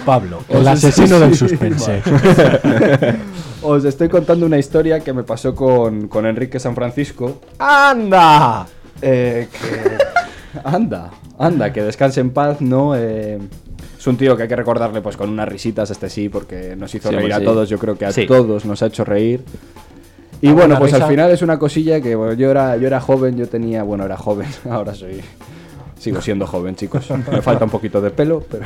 Pablo, Pues el asesino del suspense. os estoy contando una historia que me pasó con, con Enrique San Francisco. ¡Anda! Eh, que- anda, anda, que descanse en paz, ¿no? Eh, es un tío que hay que recordarle pues con unas risitas, este sí, porque nos hizo Sí, reír hombre, a sí. todos, yo creo que a Sí. todos nos ha hecho reír. Y Alguna bueno, pues risa. al final es una cosilla que bueno, yo era yo era joven, yo tenía, bueno, era joven, ahora soy sigo siendo joven, chicos. Me falta un poquito de pelo, pero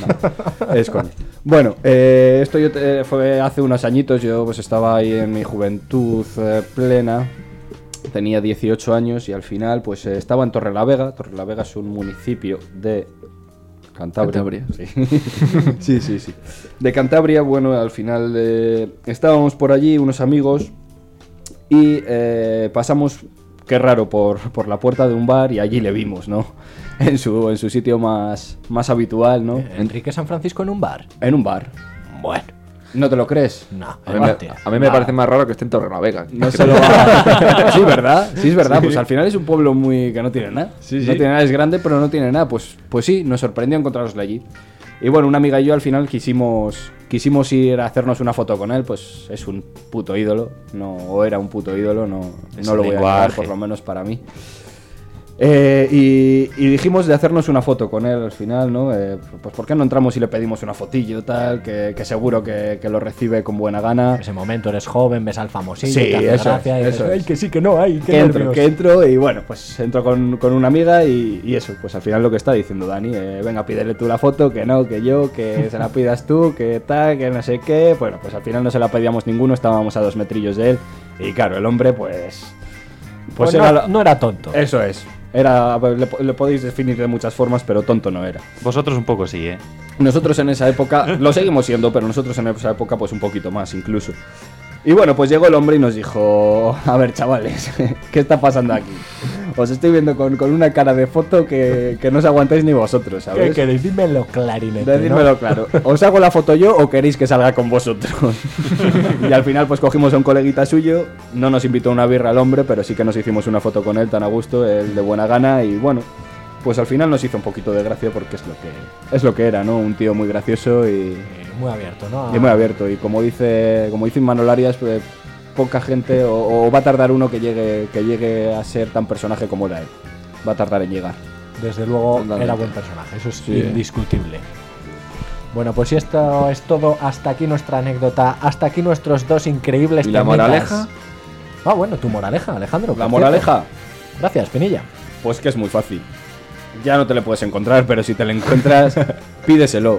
nada, es coña. Bueno, eh, esto yo te- fue hace unos añitos, yo pues estaba ahí en mi juventud eh, plena, tenía 18 años y al final pues eh, estaba en Torrelavega. Torrelavega es un municipio de Cantabria. Sí. sí, sí, sí. De Cantabria, bueno, al final eh, estábamos por allí unos amigos y eh, pasamos, qué raro, por, por la puerta de un bar y allí le vimos, ¿no? En su, en su sitio más, más habitual, ¿no? Enrique San Francisco en un bar. En un bar. Bueno, ¿No te lo crees? no, A mí, me, a mí me parece más raro que esté en Torrelavega. No se lo va. Sí, ¿verdad? Sí, es verdad. Pues al final es un pueblo muy que no tiene nada. Sí, No sí. tiene nada, es grande, pero no tiene nada. Pues, pues sí, nos sorprendió encontraroslo allí. Y bueno, una amiga y yo al final quisimos, quisimos ir a hacernos una foto con él. Pues es un puto ídolo. No, o era un puto ídolo, no, Es no lo un voy a negar, lenguaje. por lo menos para mí. Eh, y, y dijimos de hacernos una foto con él al final, ¿no? Eh, pues ¿por qué no entramos y le pedimos una fotillo tal? Que, que seguro que, que lo recibe con buena gana. En ese momento eres joven, ves al famosillo, Sí, te hace eso gracia es, y dices, eso es. "Ay, que sí, que no, ay, qué que entro, nervios". que entro y bueno, pues entro con, con una amiga y, y eso, pues al final lo que está diciendo Dani, eh, venga, pídele tú la foto, que no, que yo, que se la pidas tú, que tal, que no sé qué, bueno, pues al final no se la pedíamos ninguno, estábamos a dos metrillos de él y claro, el hombre pues... Pues era no, lo- no era tonto. Eso es, era, le, po- le podéis definir de muchas formas, pero tonto no era. Vosotros un poco sí, ¿eh? Nosotros en esa época, lo seguimos siendo, pero nosotros en esa época pues un poquito más incluso. Y bueno, pues llegó el hombre y nos dijo, a ver chavales, ¿qué está pasando aquí? Os estoy viendo con, con una cara de foto que, que no os aguantáis ni vosotros, que, ¿sabéis? que decídmelo clarinete. ¿no? Decídmelo claro, ¿os hago la foto yo o queréis que salga con vosotros? y al final pues cogimos a un coleguita suyo, no nos invitó a una birra al hombre, pero sí que nos hicimos una foto con él tan a gusto, él de buena gana y bueno, pues al final nos hizo un poquito de gracia porque es lo que, es lo que era, ¿no? Un tío muy gracioso y, Eh, Muy abierto, ¿no? A- y muy abierto y como dice, como dice Imanol Arias, pues, poca gente o, o va a tardar uno que llegue, que llegue a ser tan personaje como era él. Va a tardar en llegar. Desde luego Totalmente. era buen personaje, eso es Sí. indiscutible. Bueno, pues si esto es todo, hasta aquí nuestra anécdota, hasta aquí nuestros dos increíbles ¿Y la temitas. moraleja? Ah, bueno, tu moraleja, Alejandro. La por moraleja, cierto. Gracias, Pinilla. pues que es muy fácil. Ya no te le puedes encontrar, pero si te le encuentras, pídeselo.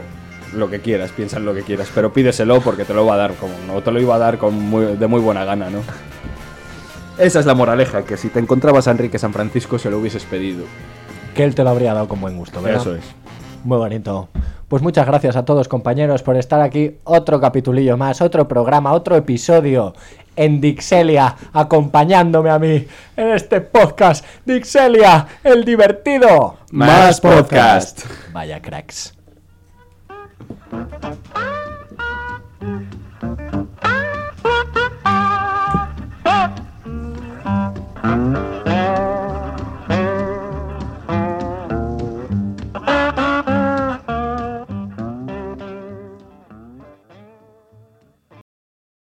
Lo que quieras, piensa en lo que quieras, pero pídeselo porque te lo va a dar como no te lo iba a dar con muy- de muy buena gana, ¿no? Esa es la moraleja, que si te encontrabas a Enrique San Francisco se lo hubieses pedido. Que él te lo habría dado con buen gusto, ¿verdad? Eso es. Muy bonito. Pues muchas gracias a todos compañeros por estar aquí. Otro capitulillo más, otro programa, otro episodio en Dixelia, acompañándome a mí en este podcast. Dixelia, el divertido. Más podcast. Vaya cracks. I